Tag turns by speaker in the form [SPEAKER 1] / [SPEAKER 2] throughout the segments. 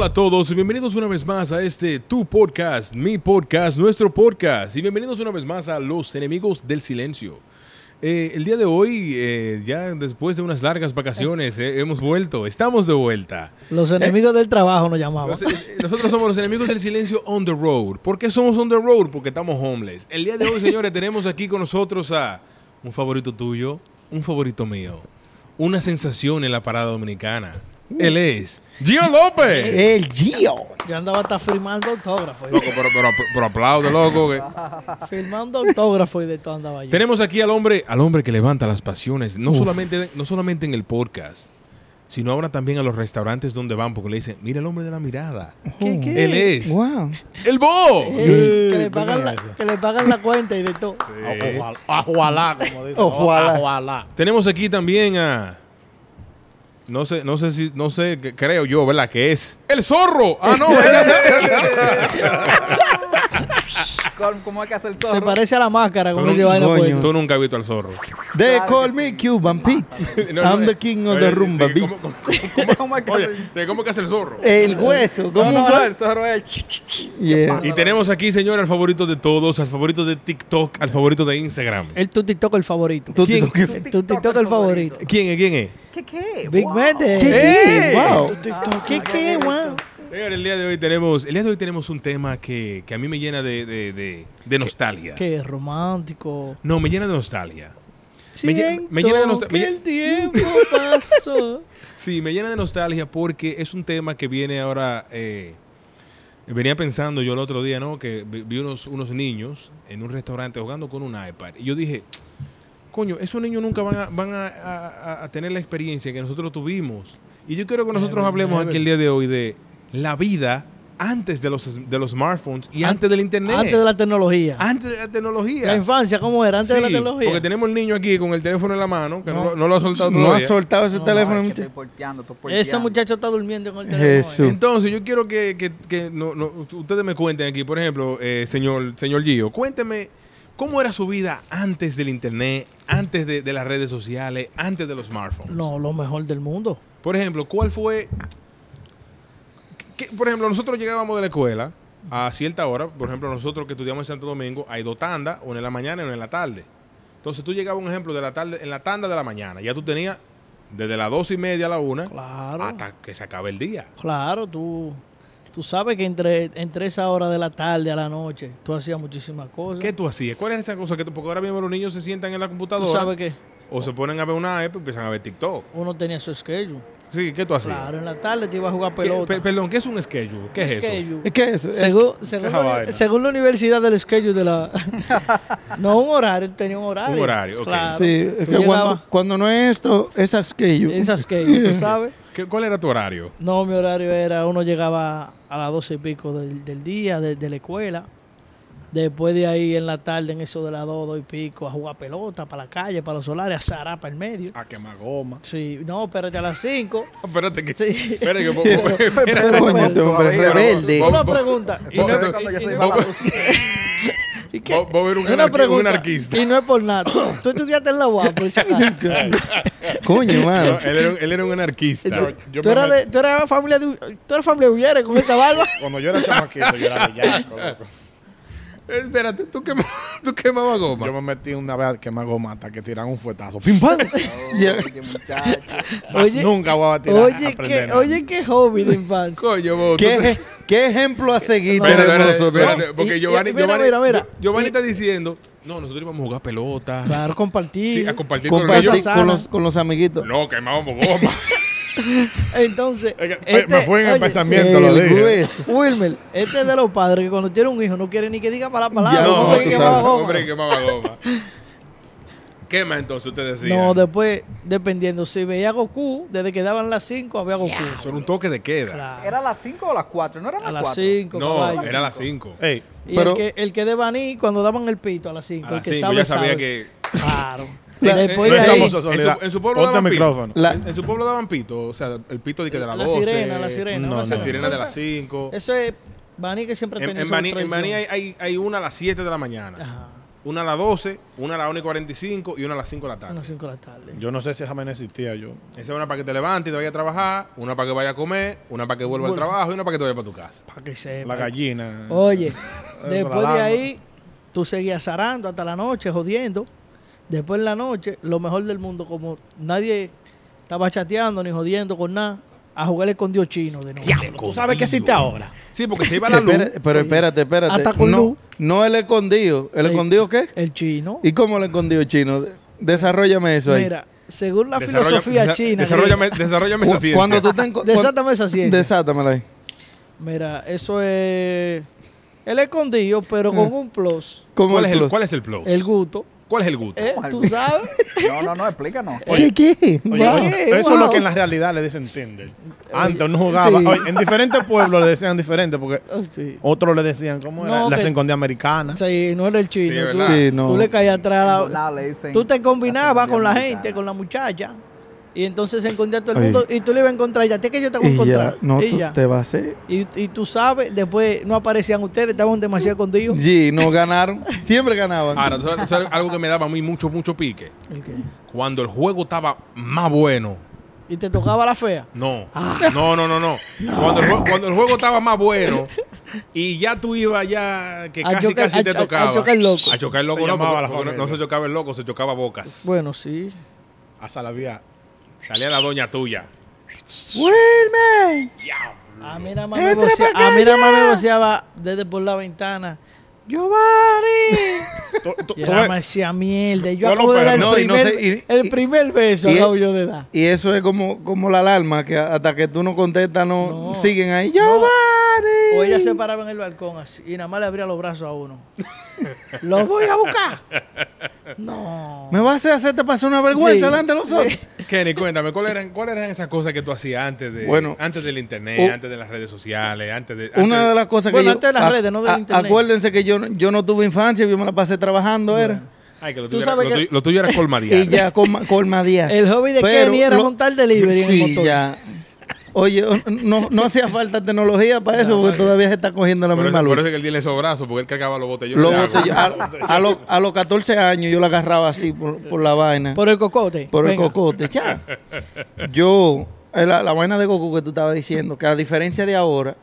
[SPEAKER 1] a todos y bienvenidos una vez más a este Tu Podcast, mi podcast, nuestro podcast y bienvenidos una vez más a Los Enemigos del Silencio. Eh, el día de hoy, eh, ya después de unas largas vacaciones, eh, hemos vuelto, estamos de vuelta.
[SPEAKER 2] Los enemigos del trabajo nos llamaban.
[SPEAKER 1] Nos- eh, nosotros somos Eh. los enemigos del silencio on the road. ¿Por qué somos on the road? Porque estamos homeless. El día de hoy, señores, tenemos aquí con nosotros a un favorito tuyo, un favorito mío, una sensación en la parada dominicana. Él es Gio López.
[SPEAKER 3] El Gio.
[SPEAKER 2] Yo andaba hasta firmando autógrafos.
[SPEAKER 1] Loco, pero, pero, pero aplaude, loco. que-
[SPEAKER 2] firmando autógrafos y de todo andaba yo.
[SPEAKER 1] Tenemos aquí al hombre, al hombre que levanta las pasiones, no solamente, no solamente en el podcast, sino ahora también a los restaurantes donde van, porque le dicen, mira el hombre de la mirada.
[SPEAKER 2] ¿Qué, qué?
[SPEAKER 1] Él es
[SPEAKER 3] Wow.
[SPEAKER 1] el Bo.
[SPEAKER 2] Eh, que,
[SPEAKER 1] Eh,
[SPEAKER 2] le pagan la, que le pagan la cuenta y de todo.
[SPEAKER 1] Eh,
[SPEAKER 4] Ojalá, ojalá, como dicen.
[SPEAKER 3] Ojalá.
[SPEAKER 4] Ojalá.
[SPEAKER 1] Tenemos aquí también a. No sé, no sé si, no sé, que- creo yo, ¿verdad? Que es el zorro. Ah, no.
[SPEAKER 5] ¿Cómo, cómo hay que hacer todo?
[SPEAKER 2] Se parece a la máscara
[SPEAKER 1] Tú
[SPEAKER 2] con
[SPEAKER 1] nun-
[SPEAKER 2] ese vaina
[SPEAKER 3] Coño.
[SPEAKER 2] puesto.
[SPEAKER 1] Tú nunca has visto al zorro.
[SPEAKER 3] They
[SPEAKER 5] Claro
[SPEAKER 3] call
[SPEAKER 5] que
[SPEAKER 3] me Cuban Pete.
[SPEAKER 1] No,
[SPEAKER 3] I'm
[SPEAKER 1] no,
[SPEAKER 3] the king of
[SPEAKER 1] eh,
[SPEAKER 3] the rumba Eh.
[SPEAKER 1] eh, ¿cómo- cómo-
[SPEAKER 3] beat.
[SPEAKER 5] ¿Cómo hay que
[SPEAKER 1] Oye,
[SPEAKER 5] hacer?
[SPEAKER 1] ¿de ¿cómo que hace el zorro?
[SPEAKER 3] El hueso.
[SPEAKER 5] No,
[SPEAKER 3] ¿Cómo
[SPEAKER 5] no, no,
[SPEAKER 3] fue?
[SPEAKER 5] el zorro es... ch, ch, ch.
[SPEAKER 3] Yeah.
[SPEAKER 1] Y tenemos aquí, señor, al favorito de todos, al favorito de TikTok, al favorito de Instagram.
[SPEAKER 3] Eh.
[SPEAKER 2] El tu TikTok el favorito.
[SPEAKER 3] Tú-
[SPEAKER 1] ¿Quién?
[SPEAKER 3] tú- ¿Qué?
[SPEAKER 2] Tu TikTok el favorito.
[SPEAKER 1] ¿Quién es? ¿Quién es?
[SPEAKER 5] ¿Qué qué?
[SPEAKER 2] Big
[SPEAKER 5] Wow.
[SPEAKER 2] Méndez.
[SPEAKER 3] ¿Qué?
[SPEAKER 1] ¡Eh!
[SPEAKER 3] Wow.
[SPEAKER 2] ¿Qué qué, guau?
[SPEAKER 1] Señor, el día de hoy tenemos, el día de hoy tenemos un tema que, que a mí me llena de, de- de- de nostalgia.
[SPEAKER 2] Qué romántico.
[SPEAKER 1] No, me llena de nostalgia. Me lle- me
[SPEAKER 2] Siento
[SPEAKER 1] llena de los-
[SPEAKER 2] que
[SPEAKER 1] me lle-
[SPEAKER 2] el tiempo pasó.
[SPEAKER 1] Sí, me llena de nostalgia porque es un tema que viene ahora. eh, venía pensando yo el otro día, ¿no? Que vi vi unos, unos niños en un restaurante jugando con un iPad. Y yo dije, coño, esos niños nunca van a, van a, a- a- a tener la experiencia que nosotros tuvimos. Y yo quiero que nosotros hablemos aquí el día de hoy de la vida antes de los, de los smartphones y
[SPEAKER 2] An-
[SPEAKER 1] antes del internet.
[SPEAKER 2] Antes de la tecnología.
[SPEAKER 1] Antes de la tecnología.
[SPEAKER 2] La infancia, ¿cómo era? Antes de la
[SPEAKER 1] Ah, Sí, Porque
[SPEAKER 2] tecnología.
[SPEAKER 1] tenemos el niño aquí con el teléfono en la mano, que no,
[SPEAKER 2] No.
[SPEAKER 1] lo- no eh. lo ha soltado
[SPEAKER 3] No ha
[SPEAKER 1] todavía.
[SPEAKER 3] soltado ese
[SPEAKER 2] No,
[SPEAKER 3] teléfono.
[SPEAKER 5] Ay, que
[SPEAKER 3] muchacho.
[SPEAKER 1] eh,
[SPEAKER 5] estoy porteando, estoy porteando.
[SPEAKER 2] Ese muchacho está durmiendo con el teléfono.
[SPEAKER 3] Jesús.
[SPEAKER 2] ¿eh?
[SPEAKER 1] Entonces, yo quiero que, que- que no- no, ustedes me cuenten aquí, por ejemplo, eh, señor, señor Gio, cuénteme cómo era su vida antes del internet, antes de, de las redes sociales, antes de los smartphones.
[SPEAKER 2] No, lo mejor del mundo.
[SPEAKER 1] Por ejemplo, ¿cuál fue? qué- por ejemplo, nosotros llegábamos de la escuela a cierta hora, por ejemplo, nosotros que estudiamos en Santo Domingo, hay dos tandas, una en la mañana y una en la tarde. Entonces tú llegabas, un ejemplo, de la tarde, en la tanda de la mañana, ya tú tenías desde las dos y media a la una
[SPEAKER 2] Claro.
[SPEAKER 1] hasta que se acabe el día.
[SPEAKER 2] Claro, tú, tú sabes que entre, entre esa hora de la tarde a la noche, tú hacías muchísimas cosas.
[SPEAKER 1] ¿Qué tú hacías? ¿Cuál era esa cosa que tú, porque ahora mismo los niños se sientan en la
[SPEAKER 2] tú
[SPEAKER 1] computadora
[SPEAKER 2] sabes que
[SPEAKER 1] o se ponen a ver una app y empiezan a ver TikTok?
[SPEAKER 2] uno tenía su schedule.
[SPEAKER 1] Sí, ¿qué tú hacías?
[SPEAKER 2] Claro, en la tarde te iba a jugar
[SPEAKER 1] ¿Qué-
[SPEAKER 2] pelota.
[SPEAKER 1] pe- perdón, ¿qué es un schedule? ¿Qué es eso?
[SPEAKER 2] Schedule.
[SPEAKER 3] ¿Qué es eso? Eh,
[SPEAKER 2] Según, según,
[SPEAKER 1] esa
[SPEAKER 2] la,
[SPEAKER 1] vaina.
[SPEAKER 2] según la universidad del schedule de la... no, un horario, tenía un horario.
[SPEAKER 1] Un horario, ok.
[SPEAKER 2] Claro.
[SPEAKER 3] Sí, es
[SPEAKER 2] Tú
[SPEAKER 3] que cuando,
[SPEAKER 2] llegabas-
[SPEAKER 3] cuando no es esto, es aquello.
[SPEAKER 2] Esa schedule, tú sabes.
[SPEAKER 1] ¿Qué- ¿Cuál era tu horario?
[SPEAKER 2] No, mi horario era, uno llegaba a las doce y pico del, del día, de, de la escuela. Después de ahí en la tarde, en eso de las dos, dos y pico, a jugar pelota, para la calle, para los solares, a zarapa el medio.
[SPEAKER 4] A quemar goma.
[SPEAKER 2] Sí, no, espérate, a las cinco.
[SPEAKER 1] Espérate que...
[SPEAKER 2] Sí.
[SPEAKER 1] Espérate que... po- po-
[SPEAKER 3] Pero, coño, este hombre es
[SPEAKER 5] Pero-
[SPEAKER 3] rebelde.
[SPEAKER 1] Vamos,
[SPEAKER 2] Una
[SPEAKER 1] vamos.
[SPEAKER 2] pregunta.
[SPEAKER 5] Y no es
[SPEAKER 1] Vamos-
[SPEAKER 5] cuando yo soy
[SPEAKER 1] vamos-
[SPEAKER 5] balado.
[SPEAKER 2] ¿Y qué?
[SPEAKER 1] Vamos a ver un,
[SPEAKER 2] Una
[SPEAKER 1] anarqui- un
[SPEAKER 2] pregunta,
[SPEAKER 1] anarquista.
[SPEAKER 2] Y no es por nada. Tú, tú estudiaste en la UAP, por si acaso.
[SPEAKER 3] Coño,
[SPEAKER 1] No, eh,
[SPEAKER 3] mano.
[SPEAKER 1] él, era, un- él era un anarquista.
[SPEAKER 4] Entonces-
[SPEAKER 2] Tú,
[SPEAKER 4] Yo me
[SPEAKER 2] eras
[SPEAKER 4] met-
[SPEAKER 2] de- tú eras familia de, tú eras familia de Ullera con esa barba.
[SPEAKER 4] Cuando yo era chamaquito, yo era bellaco. loco.
[SPEAKER 1] Espérate, tú, quema, tú quemabas goma.
[SPEAKER 4] Yo me metí una vez a quemar goma hasta que tiraron un fuetazo. ¡Pim, pam!
[SPEAKER 5] Oye, muchacho.
[SPEAKER 4] Más
[SPEAKER 2] Oye,
[SPEAKER 4] nunca voy a tirar.
[SPEAKER 2] Oye,
[SPEAKER 4] aprender
[SPEAKER 2] qué,
[SPEAKER 4] nada.
[SPEAKER 2] oye, qué hobby de infancia.
[SPEAKER 1] Coño, vos, tú te-
[SPEAKER 3] ¿Qué, qué ejemplo ha seguido?
[SPEAKER 1] Espérate,
[SPEAKER 3] de
[SPEAKER 1] espérate,
[SPEAKER 3] nosotros?
[SPEAKER 1] espérate,
[SPEAKER 2] No,
[SPEAKER 1] porque
[SPEAKER 2] y-
[SPEAKER 1] Giovanni,
[SPEAKER 2] y- mira,
[SPEAKER 1] Giovanni-
[SPEAKER 2] mira, mira.
[SPEAKER 1] Gio- Giovanni está diciendo, no, nosotros íbamos a jugar pelota.
[SPEAKER 2] Claro, compartir.
[SPEAKER 1] Sí, a compartir con,
[SPEAKER 3] Compartir
[SPEAKER 1] ellos.
[SPEAKER 2] ellos.
[SPEAKER 3] con los, con los amiguitos.
[SPEAKER 1] No, quemábamos goma.
[SPEAKER 2] Entonces,
[SPEAKER 4] Oye, oye, me fui en el pensamiento. Miento, lo
[SPEAKER 3] Eh, El
[SPEAKER 4] dije.
[SPEAKER 3] hueso.
[SPEAKER 2] Wilmer, este es de los padres que cuando tiene un hijo no quiere ni que diga para palabra.
[SPEAKER 3] Ya,
[SPEAKER 2] no,
[SPEAKER 1] no,
[SPEAKER 3] hombre,
[SPEAKER 1] tú
[SPEAKER 3] que
[SPEAKER 1] sabes,
[SPEAKER 3] quemaba
[SPEAKER 2] goma.
[SPEAKER 1] hombre, quemaba goma. Quema entonces, usted decía.
[SPEAKER 2] No, después, dependiendo, si veía a Goku, desde que daban las 5 había Goku.
[SPEAKER 1] Son un toque de queda.
[SPEAKER 2] Claro.
[SPEAKER 5] ¿Era a las 5 o las 4? ¿No eran
[SPEAKER 2] A
[SPEAKER 5] las
[SPEAKER 2] las
[SPEAKER 5] 4?
[SPEAKER 2] 5,
[SPEAKER 1] No, era a las 5.
[SPEAKER 4] Ey,
[SPEAKER 2] Y
[SPEAKER 3] Pero-
[SPEAKER 2] el, que, el que de Baní, cuando daban el pito a las 5,
[SPEAKER 1] A
[SPEAKER 2] el
[SPEAKER 1] las
[SPEAKER 2] que
[SPEAKER 1] 5,
[SPEAKER 2] sabe,
[SPEAKER 1] ya sabía
[SPEAKER 2] sabe.
[SPEAKER 1] que...
[SPEAKER 2] Claro.
[SPEAKER 3] La-
[SPEAKER 2] Después
[SPEAKER 4] no
[SPEAKER 2] de ahí,
[SPEAKER 4] estamos a soledad.
[SPEAKER 1] En su- en su pueblo
[SPEAKER 4] Ponte
[SPEAKER 1] daban pito.
[SPEAKER 4] micrófono.
[SPEAKER 3] La-
[SPEAKER 1] En su pueblo daban pito, o sea, el pito de, que de la
[SPEAKER 2] La
[SPEAKER 1] 12,
[SPEAKER 2] sirena, la sirena,
[SPEAKER 4] no,
[SPEAKER 1] la
[SPEAKER 4] no.
[SPEAKER 1] sirena de las 5.
[SPEAKER 2] eso es Baní que siempre
[SPEAKER 1] En,
[SPEAKER 2] tenía
[SPEAKER 1] en
[SPEAKER 2] su
[SPEAKER 1] Baní, en
[SPEAKER 2] tradición.
[SPEAKER 1] Baní hay, hay, hay una a las 7 de la mañana.
[SPEAKER 2] Ajá.
[SPEAKER 1] una a las 12, una a las 1 y 45 y una a las 5 de la
[SPEAKER 2] a
[SPEAKER 1] tarde.
[SPEAKER 2] las 5 de la tarde.
[SPEAKER 4] Yo no sé si jamás existía yo.
[SPEAKER 1] Esa es una para que te levantes y te vayas a trabajar, una para que vayas a comer, una para que vuelva al
[SPEAKER 2] Bueno.
[SPEAKER 1] trabajo y una para que te vayas para tu casa.
[SPEAKER 2] Para que sepa.
[SPEAKER 4] La gallina.
[SPEAKER 2] Eh, Oye,
[SPEAKER 4] la
[SPEAKER 2] después de
[SPEAKER 4] alarma.
[SPEAKER 2] ahí, tú seguías zarando hasta la noche, jodiendo. Después en la noche, lo mejor del mundo, como nadie estaba chateando ni jodiendo con nada, a jugar el escondido chino de noche.
[SPEAKER 4] ¿Tú sabes qué existe ahora?
[SPEAKER 1] Sí, porque se iba la luz.
[SPEAKER 3] Espera- pero espérate, espérate.
[SPEAKER 2] Hasta con
[SPEAKER 3] no,
[SPEAKER 2] luz.
[SPEAKER 3] no el escondido. ¿El
[SPEAKER 2] Sí.
[SPEAKER 3] escondido qué?
[SPEAKER 2] El chino.
[SPEAKER 3] ¿Y cómo el escondido chino? Desarrollame eso ahí.
[SPEAKER 2] Mira, según la
[SPEAKER 1] Desarrolla-
[SPEAKER 2] filosofía
[SPEAKER 1] desa-
[SPEAKER 2] china.
[SPEAKER 1] Desarrollame, desarrollame
[SPEAKER 3] Cu-
[SPEAKER 1] esa ciencia.
[SPEAKER 3] Cuando tú te enco-
[SPEAKER 2] mira, Desátame esa
[SPEAKER 3] cuan-
[SPEAKER 2] ciencia.
[SPEAKER 3] Desátamela ahí.
[SPEAKER 2] Mira, eso es el escondido, pero
[SPEAKER 4] Mm.
[SPEAKER 2] con un plus,
[SPEAKER 3] ¿Cómo
[SPEAKER 1] ¿Cuál, es el,
[SPEAKER 3] plus?
[SPEAKER 1] ¿Cuál es el plus?
[SPEAKER 2] el gusto.
[SPEAKER 1] ¿Cuál es el gusto?
[SPEAKER 2] Eh, ¿Tú sabes?
[SPEAKER 5] No, no, no, explícanos.
[SPEAKER 3] ¿Qué, qué?
[SPEAKER 4] Oye,
[SPEAKER 2] Wow.
[SPEAKER 4] no,
[SPEAKER 2] ¿Qué?
[SPEAKER 4] eso es
[SPEAKER 2] Wow.
[SPEAKER 4] lo que en la realidad le dicen Tinder. Antes no jugaba.
[SPEAKER 2] sí.
[SPEAKER 4] Oye, en diferentes pueblos le decían diferente porque
[SPEAKER 2] Oh, sí.
[SPEAKER 4] otros le decían, ¿cómo era?
[SPEAKER 2] No,
[SPEAKER 4] la
[SPEAKER 2] que-
[SPEAKER 4] escondida americana.
[SPEAKER 2] Sí, no era el chino.
[SPEAKER 1] Sí,
[SPEAKER 2] tú,
[SPEAKER 1] ¿verdad?
[SPEAKER 3] Sí, no.
[SPEAKER 2] tú le caías atrás a la-
[SPEAKER 5] Nada, le dicen.
[SPEAKER 2] Tú te combinabas con la
[SPEAKER 5] Dominicana.
[SPEAKER 2] gente, con la muchacha. Y entonces se encontraba todo el
[SPEAKER 3] Oye.
[SPEAKER 2] mundo y tú le ibas a encontrar ya. "Te que yo te voy a
[SPEAKER 3] Y ya,
[SPEAKER 2] encontrar.
[SPEAKER 3] no,
[SPEAKER 2] y,
[SPEAKER 3] tú
[SPEAKER 2] ya.
[SPEAKER 3] te vas a hacer.
[SPEAKER 2] Y, y tú sabes, después no aparecían ustedes, estaban demasiado escondidos.
[SPEAKER 3] G, no ganaron. Siempre ganaban.
[SPEAKER 2] Ah.
[SPEAKER 1] Ahora, ¿tú sabes, tú sabes algo que me daba a mí mucho, mucho pique?
[SPEAKER 2] ¿El qué?
[SPEAKER 1] Cuando el juego estaba más bueno.
[SPEAKER 2] Y te tocaba la fea.
[SPEAKER 1] No.
[SPEAKER 2] Ah.
[SPEAKER 1] no, no, no, no. Cuando, el juego, cuando el juego estaba más bueno y ya tú ibas ya que
[SPEAKER 2] A
[SPEAKER 1] casi,
[SPEAKER 2] chocar-
[SPEAKER 1] casi
[SPEAKER 2] a-
[SPEAKER 1] te
[SPEAKER 2] a- a
[SPEAKER 1] tocaba.
[SPEAKER 2] chocar loco.
[SPEAKER 1] A chocar loco
[SPEAKER 4] Se
[SPEAKER 1] no,
[SPEAKER 4] llamaba
[SPEAKER 1] porque-
[SPEAKER 4] la
[SPEAKER 1] porque no- no
[SPEAKER 4] familia.
[SPEAKER 1] se chocaba el loco, se chocaba bocas.
[SPEAKER 2] Bueno, sí.
[SPEAKER 4] Hasta la vía.
[SPEAKER 1] Salía la doña tuya.
[SPEAKER 2] A mí nada más me, vocea- a mí nada más me voceaba desde por la ventana. Giovanni.
[SPEAKER 4] Tú- tú-
[SPEAKER 2] Y
[SPEAKER 4] tú
[SPEAKER 2] nada
[SPEAKER 4] ves-
[SPEAKER 2] más decía mierda. Y Yo
[SPEAKER 4] No,
[SPEAKER 2] acabo
[SPEAKER 4] no,
[SPEAKER 2] de dar el,
[SPEAKER 3] pero no, y no
[SPEAKER 2] primer,
[SPEAKER 3] sé, y-
[SPEAKER 2] el
[SPEAKER 3] y-
[SPEAKER 2] primer beso
[SPEAKER 3] y-
[SPEAKER 2] acabo yo de dar.
[SPEAKER 3] Y eso es como, como la alarma, que hasta que tú no contestas, no,
[SPEAKER 2] No.
[SPEAKER 3] siguen ahí.
[SPEAKER 2] No.
[SPEAKER 3] ¡Giovanni!
[SPEAKER 2] O ella se paraba en el balcón así y nada más le abría los brazos a uno. ¡Lo voy a buscar! No.
[SPEAKER 3] ¿Me vas a hacer- hacerte pasar una vergüenza
[SPEAKER 2] Sí.
[SPEAKER 3] delante de los otros?
[SPEAKER 1] Kenny, cuéntame, ¿cuáles eran, ¿cuáles eran esas cosas que tú hacías antes, de,
[SPEAKER 3] Bueno,
[SPEAKER 1] antes del internet,
[SPEAKER 3] u-
[SPEAKER 1] antes de las redes sociales, antes de... antes
[SPEAKER 3] Una de las cosas
[SPEAKER 2] Bueno,
[SPEAKER 3] que
[SPEAKER 2] antes de las redes, no del internet.
[SPEAKER 3] Acuérdense que yo, no- yo no tuve infancia, yo me la pasé trabajando, era.
[SPEAKER 1] Ay, que lo,
[SPEAKER 2] Tú
[SPEAKER 1] tuviera-
[SPEAKER 2] sabes
[SPEAKER 1] lo
[SPEAKER 2] que-
[SPEAKER 1] tuyo, lo tuyo era colmaría.
[SPEAKER 3] Y ya colma, colmadía.
[SPEAKER 2] El hobby de
[SPEAKER 3] Pero
[SPEAKER 2] Kenny era
[SPEAKER 3] lo-
[SPEAKER 2] montar delivery en
[SPEAKER 3] Sí,
[SPEAKER 2] el motor.
[SPEAKER 3] ya. Oye, no, no hacía falta tecnología para eso, porque todavía se está cogiendo la
[SPEAKER 1] Por eso,
[SPEAKER 3] misma
[SPEAKER 1] por
[SPEAKER 3] luz.
[SPEAKER 1] eso que él tiene esos brazos, porque él cargaba los botellones.
[SPEAKER 3] Lo
[SPEAKER 1] de agua.
[SPEAKER 3] boté yo- a, a los- a los 14 años yo la agarraba así por, por la vaina. Por,
[SPEAKER 2] Por el cocote.
[SPEAKER 3] el
[SPEAKER 2] Venga.
[SPEAKER 3] cocote. Ya. Yo, eh, la, la vaina de Goku que tú estabas diciendo, que a diferencia de ahora,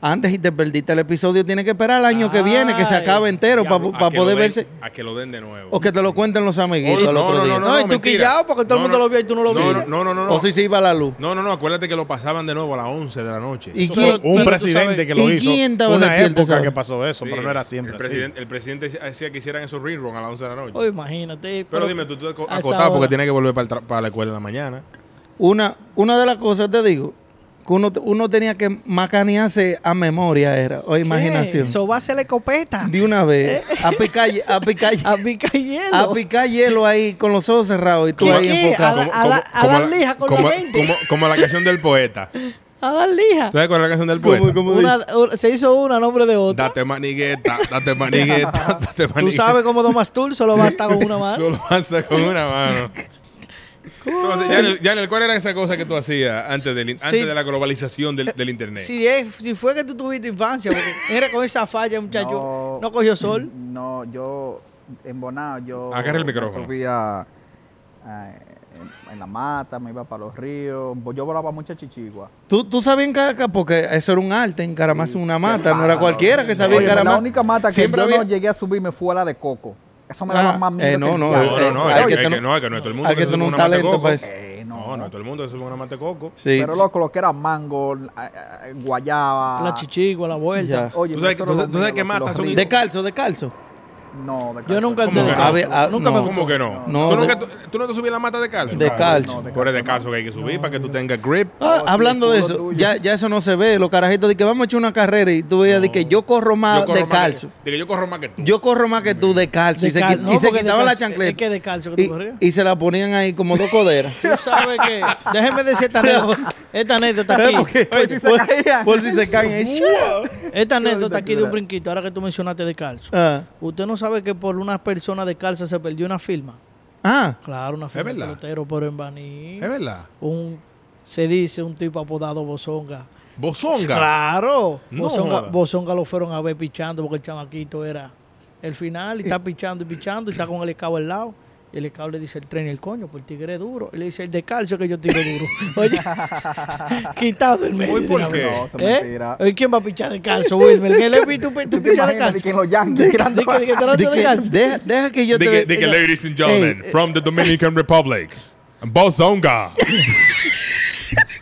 [SPEAKER 3] antes si te perdiste el episodio, tienes que esperar al año que viene, que se
[SPEAKER 2] Ay.
[SPEAKER 3] acabe entero para
[SPEAKER 1] A que
[SPEAKER 3] poder
[SPEAKER 1] lo den-
[SPEAKER 3] verse.
[SPEAKER 1] A que lo den de nuevo.
[SPEAKER 3] O que te lo cuenten los amiguitos
[SPEAKER 1] Oh,
[SPEAKER 3] al otro día.
[SPEAKER 2] No, y tú
[SPEAKER 1] mentira.
[SPEAKER 2] quillao porque todo el mundo lo vio y tú no lo viste.
[SPEAKER 1] No, no, no, no.
[SPEAKER 3] O si se iba la luz.
[SPEAKER 1] No, no, no, acuérdate que lo pasaban de nuevo a las 11 de la noche.
[SPEAKER 3] ¿Y
[SPEAKER 1] Eso
[SPEAKER 3] quién-
[SPEAKER 1] fue-
[SPEAKER 4] un
[SPEAKER 2] tú
[SPEAKER 4] presidente
[SPEAKER 2] sabes-
[SPEAKER 4] que lo
[SPEAKER 3] ¿y
[SPEAKER 4] hizo.
[SPEAKER 3] quién estaba
[SPEAKER 4] Una
[SPEAKER 3] despierto,
[SPEAKER 4] época
[SPEAKER 3] sabe?
[SPEAKER 4] que pasó eso,
[SPEAKER 1] Sí,
[SPEAKER 4] pero no era siempre.
[SPEAKER 1] El
[SPEAKER 4] así.
[SPEAKER 1] presidente, el presidente hacía que hicieran esos rerun a las 11 de la noche.
[SPEAKER 2] Oh, imagínate.
[SPEAKER 1] pero dime, tú, tú aco-
[SPEAKER 2] a esa
[SPEAKER 1] acotado porque
[SPEAKER 2] hora.
[SPEAKER 1] tienes que volver para, el tra- para la escuela en la mañana.
[SPEAKER 3] Una, una de las cosas te digo, que uno, uno tenía que macanearse a memoria era, o imaginación.
[SPEAKER 2] Eso va a ser la escopeta.
[SPEAKER 3] De una vez, a picar, ye- a picar,
[SPEAKER 2] eh, A picar hielo.
[SPEAKER 3] a picar hielo ahí con los ojos cerrados y tú
[SPEAKER 2] ¿Qué?
[SPEAKER 3] ahí
[SPEAKER 2] A,
[SPEAKER 3] enfocado.
[SPEAKER 2] da- a, da- a dar lija con
[SPEAKER 1] como,
[SPEAKER 2] la gente.
[SPEAKER 1] Como, como la canción del poeta.
[SPEAKER 2] A dar lija.
[SPEAKER 1] ¿Tú sabes cuál es la canción del poeta?
[SPEAKER 2] Una- una- se hizo una a nombre de otra.
[SPEAKER 1] Date manigueta, date manigueta, date manigueta.
[SPEAKER 2] Tú sabes cómo tomas tú, solo basta con una más.
[SPEAKER 1] Tú lo haces con una mano. Entonces, Yanel, Yanel, ¿cuál era esa cosa que tú hacías antes, del, in-
[SPEAKER 2] Sí.
[SPEAKER 1] antes de la globalización del, del internet?
[SPEAKER 2] Si, es- si fue que tú tuviste infancia, porque era con esa falla, muchacho. No,
[SPEAKER 5] No.
[SPEAKER 2] cogió sol.
[SPEAKER 5] No, yo, embonado, yo.
[SPEAKER 1] Agarra el
[SPEAKER 5] me
[SPEAKER 1] micrófono.
[SPEAKER 5] Subía eh, en, en la mata, me iba para los ríos. Yo volaba mucha chichigua.
[SPEAKER 3] ¿Tú, tú sabías encarar, porque eso era un arte, encaramarse en una mata, no era
[SPEAKER 5] pájaro.
[SPEAKER 3] cualquiera que sabía
[SPEAKER 5] Oye,
[SPEAKER 3] encaramar.
[SPEAKER 5] La única mata que
[SPEAKER 3] Siempre
[SPEAKER 5] yo no
[SPEAKER 3] había-
[SPEAKER 5] llegué a subirme fue la de coco. Eso me
[SPEAKER 3] Ah,
[SPEAKER 5] daba más miedo.
[SPEAKER 3] eh, no,
[SPEAKER 5] que el
[SPEAKER 3] no,
[SPEAKER 5] diablo.
[SPEAKER 1] No, no, no,
[SPEAKER 3] Eh,
[SPEAKER 1] es
[SPEAKER 3] hay
[SPEAKER 1] que,
[SPEAKER 3] que
[SPEAKER 1] es que
[SPEAKER 3] tener-
[SPEAKER 1] no, es que no es todo el mundo.
[SPEAKER 3] hay que
[SPEAKER 1] se sube
[SPEAKER 3] tener un
[SPEAKER 1] una mata de
[SPEAKER 3] talento
[SPEAKER 1] coco.
[SPEAKER 3] para eso.
[SPEAKER 5] Eh,
[SPEAKER 1] No, no, todo el mundo se sube una mata de coco.
[SPEAKER 3] Sí.
[SPEAKER 5] Pero loco, lo que era mango, eh, eh, guayaba.
[SPEAKER 2] La chichigua, la vuelta.
[SPEAKER 3] Ah. Ya.
[SPEAKER 5] Oye,
[SPEAKER 1] Tú sabes que-
[SPEAKER 5] eso era
[SPEAKER 1] tú-
[SPEAKER 5] lo
[SPEAKER 1] tú
[SPEAKER 5] mío,
[SPEAKER 1] sabes que
[SPEAKER 5] los-
[SPEAKER 1] matas
[SPEAKER 5] los
[SPEAKER 1] son-
[SPEAKER 5] ríos.
[SPEAKER 3] Descalzo, descalzo.
[SPEAKER 5] No, de
[SPEAKER 2] Yo
[SPEAKER 5] calzón.
[SPEAKER 2] nunca
[SPEAKER 1] ¿Cómo
[SPEAKER 2] de
[SPEAKER 1] que no?
[SPEAKER 2] calzo.
[SPEAKER 3] A ver, a-
[SPEAKER 2] Nunca
[SPEAKER 3] no.
[SPEAKER 2] me
[SPEAKER 1] ¿Cómo
[SPEAKER 2] gustó.
[SPEAKER 1] que no?
[SPEAKER 3] No,
[SPEAKER 1] ¿Tú,
[SPEAKER 3] de-
[SPEAKER 1] nunca, tú, tú no te subías la mata de calcio?
[SPEAKER 3] Descalzo.
[SPEAKER 5] No, de
[SPEAKER 1] Tú eres de
[SPEAKER 5] calzón,
[SPEAKER 1] calcio que hay que subir para que tú tengas grip.
[SPEAKER 3] Ah,
[SPEAKER 5] Oh, sí,
[SPEAKER 3] hablando
[SPEAKER 5] culo
[SPEAKER 3] de eso,
[SPEAKER 5] tuyo.
[SPEAKER 3] ya, ya eso no se ve. Los carajitos de que vamos a echar una carrera y tú veías de que yo corro más
[SPEAKER 1] Yo corro más que-
[SPEAKER 3] descalzo.
[SPEAKER 1] de que yo corro más que tú.
[SPEAKER 3] Yo corro más que tú descalzo.
[SPEAKER 2] De
[SPEAKER 3] y se,
[SPEAKER 2] cal-
[SPEAKER 3] qui-
[SPEAKER 2] no,
[SPEAKER 3] y se
[SPEAKER 2] porque de
[SPEAKER 3] quitaban la
[SPEAKER 2] calzo-
[SPEAKER 3] chancleta.
[SPEAKER 2] es que de calzo que tú corrías.
[SPEAKER 3] y, y se la ponían ahí como dos coderas.
[SPEAKER 2] Tú sabes que. Déjeme decir esta anécdota. Esta anécdota aquí.
[SPEAKER 5] Por si se caían.
[SPEAKER 3] por si se caen. ahí.
[SPEAKER 2] Esta anécdota aquí de un brinquito. Ahora que tú mencionaste de calzo.
[SPEAKER 3] Ah.
[SPEAKER 2] Usted no sabe que por una persona de calza se perdió una firma.
[SPEAKER 3] Ah,
[SPEAKER 2] Claro, una firma de
[SPEAKER 1] verdad.
[SPEAKER 2] pelotero, pero en Baní.
[SPEAKER 1] Es verdad.
[SPEAKER 2] Un, se dice un tipo apodado Bozonga.
[SPEAKER 1] Bozonga.
[SPEAKER 2] Claro.
[SPEAKER 1] No
[SPEAKER 2] Bozonga,
[SPEAKER 1] joda.
[SPEAKER 2] Bozonga lo fueron a ver pichando porque el chamaquito era el final y está pichando y pichando y está con el escabo al lado. Y el escabo le dice el tren el coño, pues el tigre es duro. Y le dice el descalzo que yo tiro duro. Oye, quitado el medio.
[SPEAKER 1] Voy por
[SPEAKER 2] de la
[SPEAKER 1] qué.
[SPEAKER 2] vaina.
[SPEAKER 5] No, eso es
[SPEAKER 2] ¿Eh?
[SPEAKER 5] mentira.
[SPEAKER 2] Oye, ¿Quién va a pichar descalzo, Wilmer? ¿Quién le vi tú, tú
[SPEAKER 5] te
[SPEAKER 2] pichas
[SPEAKER 5] imaginas de que
[SPEAKER 2] descalzo?
[SPEAKER 5] los Yankees
[SPEAKER 2] De que, de que te lo
[SPEAKER 3] De
[SPEAKER 2] haces
[SPEAKER 3] que-
[SPEAKER 2] descalzo.
[SPEAKER 3] deja, deja que yo
[SPEAKER 1] De
[SPEAKER 3] te
[SPEAKER 1] que, de que,
[SPEAKER 3] yo-
[SPEAKER 1] ladies and gentlemen,
[SPEAKER 3] Ey, eh.
[SPEAKER 1] from the Dominican Republic, Bozonga.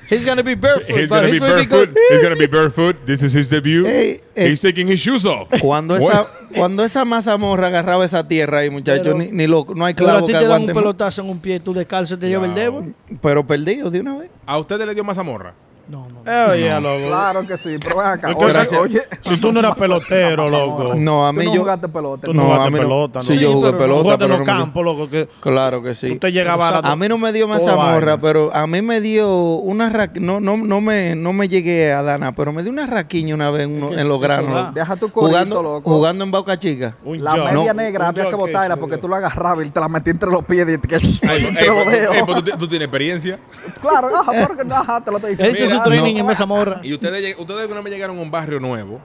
[SPEAKER 2] He's gonna be barefoot.
[SPEAKER 1] He's
[SPEAKER 2] but
[SPEAKER 1] gonna be
[SPEAKER 2] he's gonna be
[SPEAKER 1] barefoot.
[SPEAKER 2] good.
[SPEAKER 1] He's gonna be barefoot. This is his debut.
[SPEAKER 3] Ey, ey.
[SPEAKER 1] He's taking his shoes off.
[SPEAKER 3] Cuando
[SPEAKER 1] What?
[SPEAKER 3] esa, cuando esa mazamorra agarraba esa tierra ahí, muchachos,
[SPEAKER 2] Pero-
[SPEAKER 3] ni, ni lo- no hay
[SPEAKER 2] Pero a
[SPEAKER 3] clavo
[SPEAKER 2] ti
[SPEAKER 3] que
[SPEAKER 2] te dan un
[SPEAKER 3] aguante. más.
[SPEAKER 2] pelotazo en un pie, tú descalzo te lleva el dedo.
[SPEAKER 3] Pero perdido de una vez.
[SPEAKER 1] ¿A usted le dio mazamorra?
[SPEAKER 2] No, no.
[SPEAKER 4] Eh, oye, loco.
[SPEAKER 5] Claro que sí, pero ven acá.
[SPEAKER 4] Yo
[SPEAKER 5] Oye,
[SPEAKER 4] creo que-
[SPEAKER 5] oye.
[SPEAKER 4] Si tú no eras pelotero, loco.
[SPEAKER 3] No, a
[SPEAKER 5] Tú
[SPEAKER 3] mí
[SPEAKER 5] no
[SPEAKER 3] yo.
[SPEAKER 5] jugaste pelota.
[SPEAKER 4] Tú no
[SPEAKER 3] No,
[SPEAKER 4] jugaste
[SPEAKER 3] a mí no.
[SPEAKER 4] pelota, ¿no?
[SPEAKER 3] Sí, yo
[SPEAKER 2] Sí,
[SPEAKER 3] jugué
[SPEAKER 2] pero no
[SPEAKER 3] pelota,
[SPEAKER 4] Jugaste en
[SPEAKER 3] pero
[SPEAKER 4] los
[SPEAKER 3] no me-
[SPEAKER 4] campos, loco, que
[SPEAKER 3] Claro que sí.
[SPEAKER 4] tú te llegabas
[SPEAKER 3] A mí no me dio
[SPEAKER 4] Toda
[SPEAKER 3] mazamorra,
[SPEAKER 4] vaina.
[SPEAKER 3] pero a mí me dio una ra- no no no me no me llegué a Dana, pero me dio una raquiña una vez en uno-
[SPEAKER 2] que
[SPEAKER 3] en
[SPEAKER 2] eso-
[SPEAKER 3] los
[SPEAKER 2] eso da.
[SPEAKER 3] granos.
[SPEAKER 5] Deja tu corito,
[SPEAKER 3] jugando
[SPEAKER 5] loco.
[SPEAKER 3] jugando en Boca Chica.
[SPEAKER 4] un
[SPEAKER 5] La
[SPEAKER 4] jock.
[SPEAKER 5] media
[SPEAKER 4] No,
[SPEAKER 5] negra
[SPEAKER 4] un
[SPEAKER 5] había que
[SPEAKER 4] jockey,
[SPEAKER 5] botarla
[SPEAKER 4] sí,
[SPEAKER 5] porque
[SPEAKER 4] yo.
[SPEAKER 5] tú la agarrabas y te la metí entre los pies y te,
[SPEAKER 1] Ay,
[SPEAKER 5] entre
[SPEAKER 1] ey,
[SPEAKER 5] los
[SPEAKER 1] pues,
[SPEAKER 5] dedos.
[SPEAKER 1] ey, pues, tú, ti- tú tienes experiencia.
[SPEAKER 5] Claro, ajá, porque no, ajá, te lo estoy
[SPEAKER 2] Él
[SPEAKER 5] diciendo.
[SPEAKER 2] hizo su
[SPEAKER 5] Mira,
[SPEAKER 2] training
[SPEAKER 5] no.
[SPEAKER 2] en Mazamorra.
[SPEAKER 1] Y ustedes, lleg- ustedes alguna vez llegaron a un barrio nuevo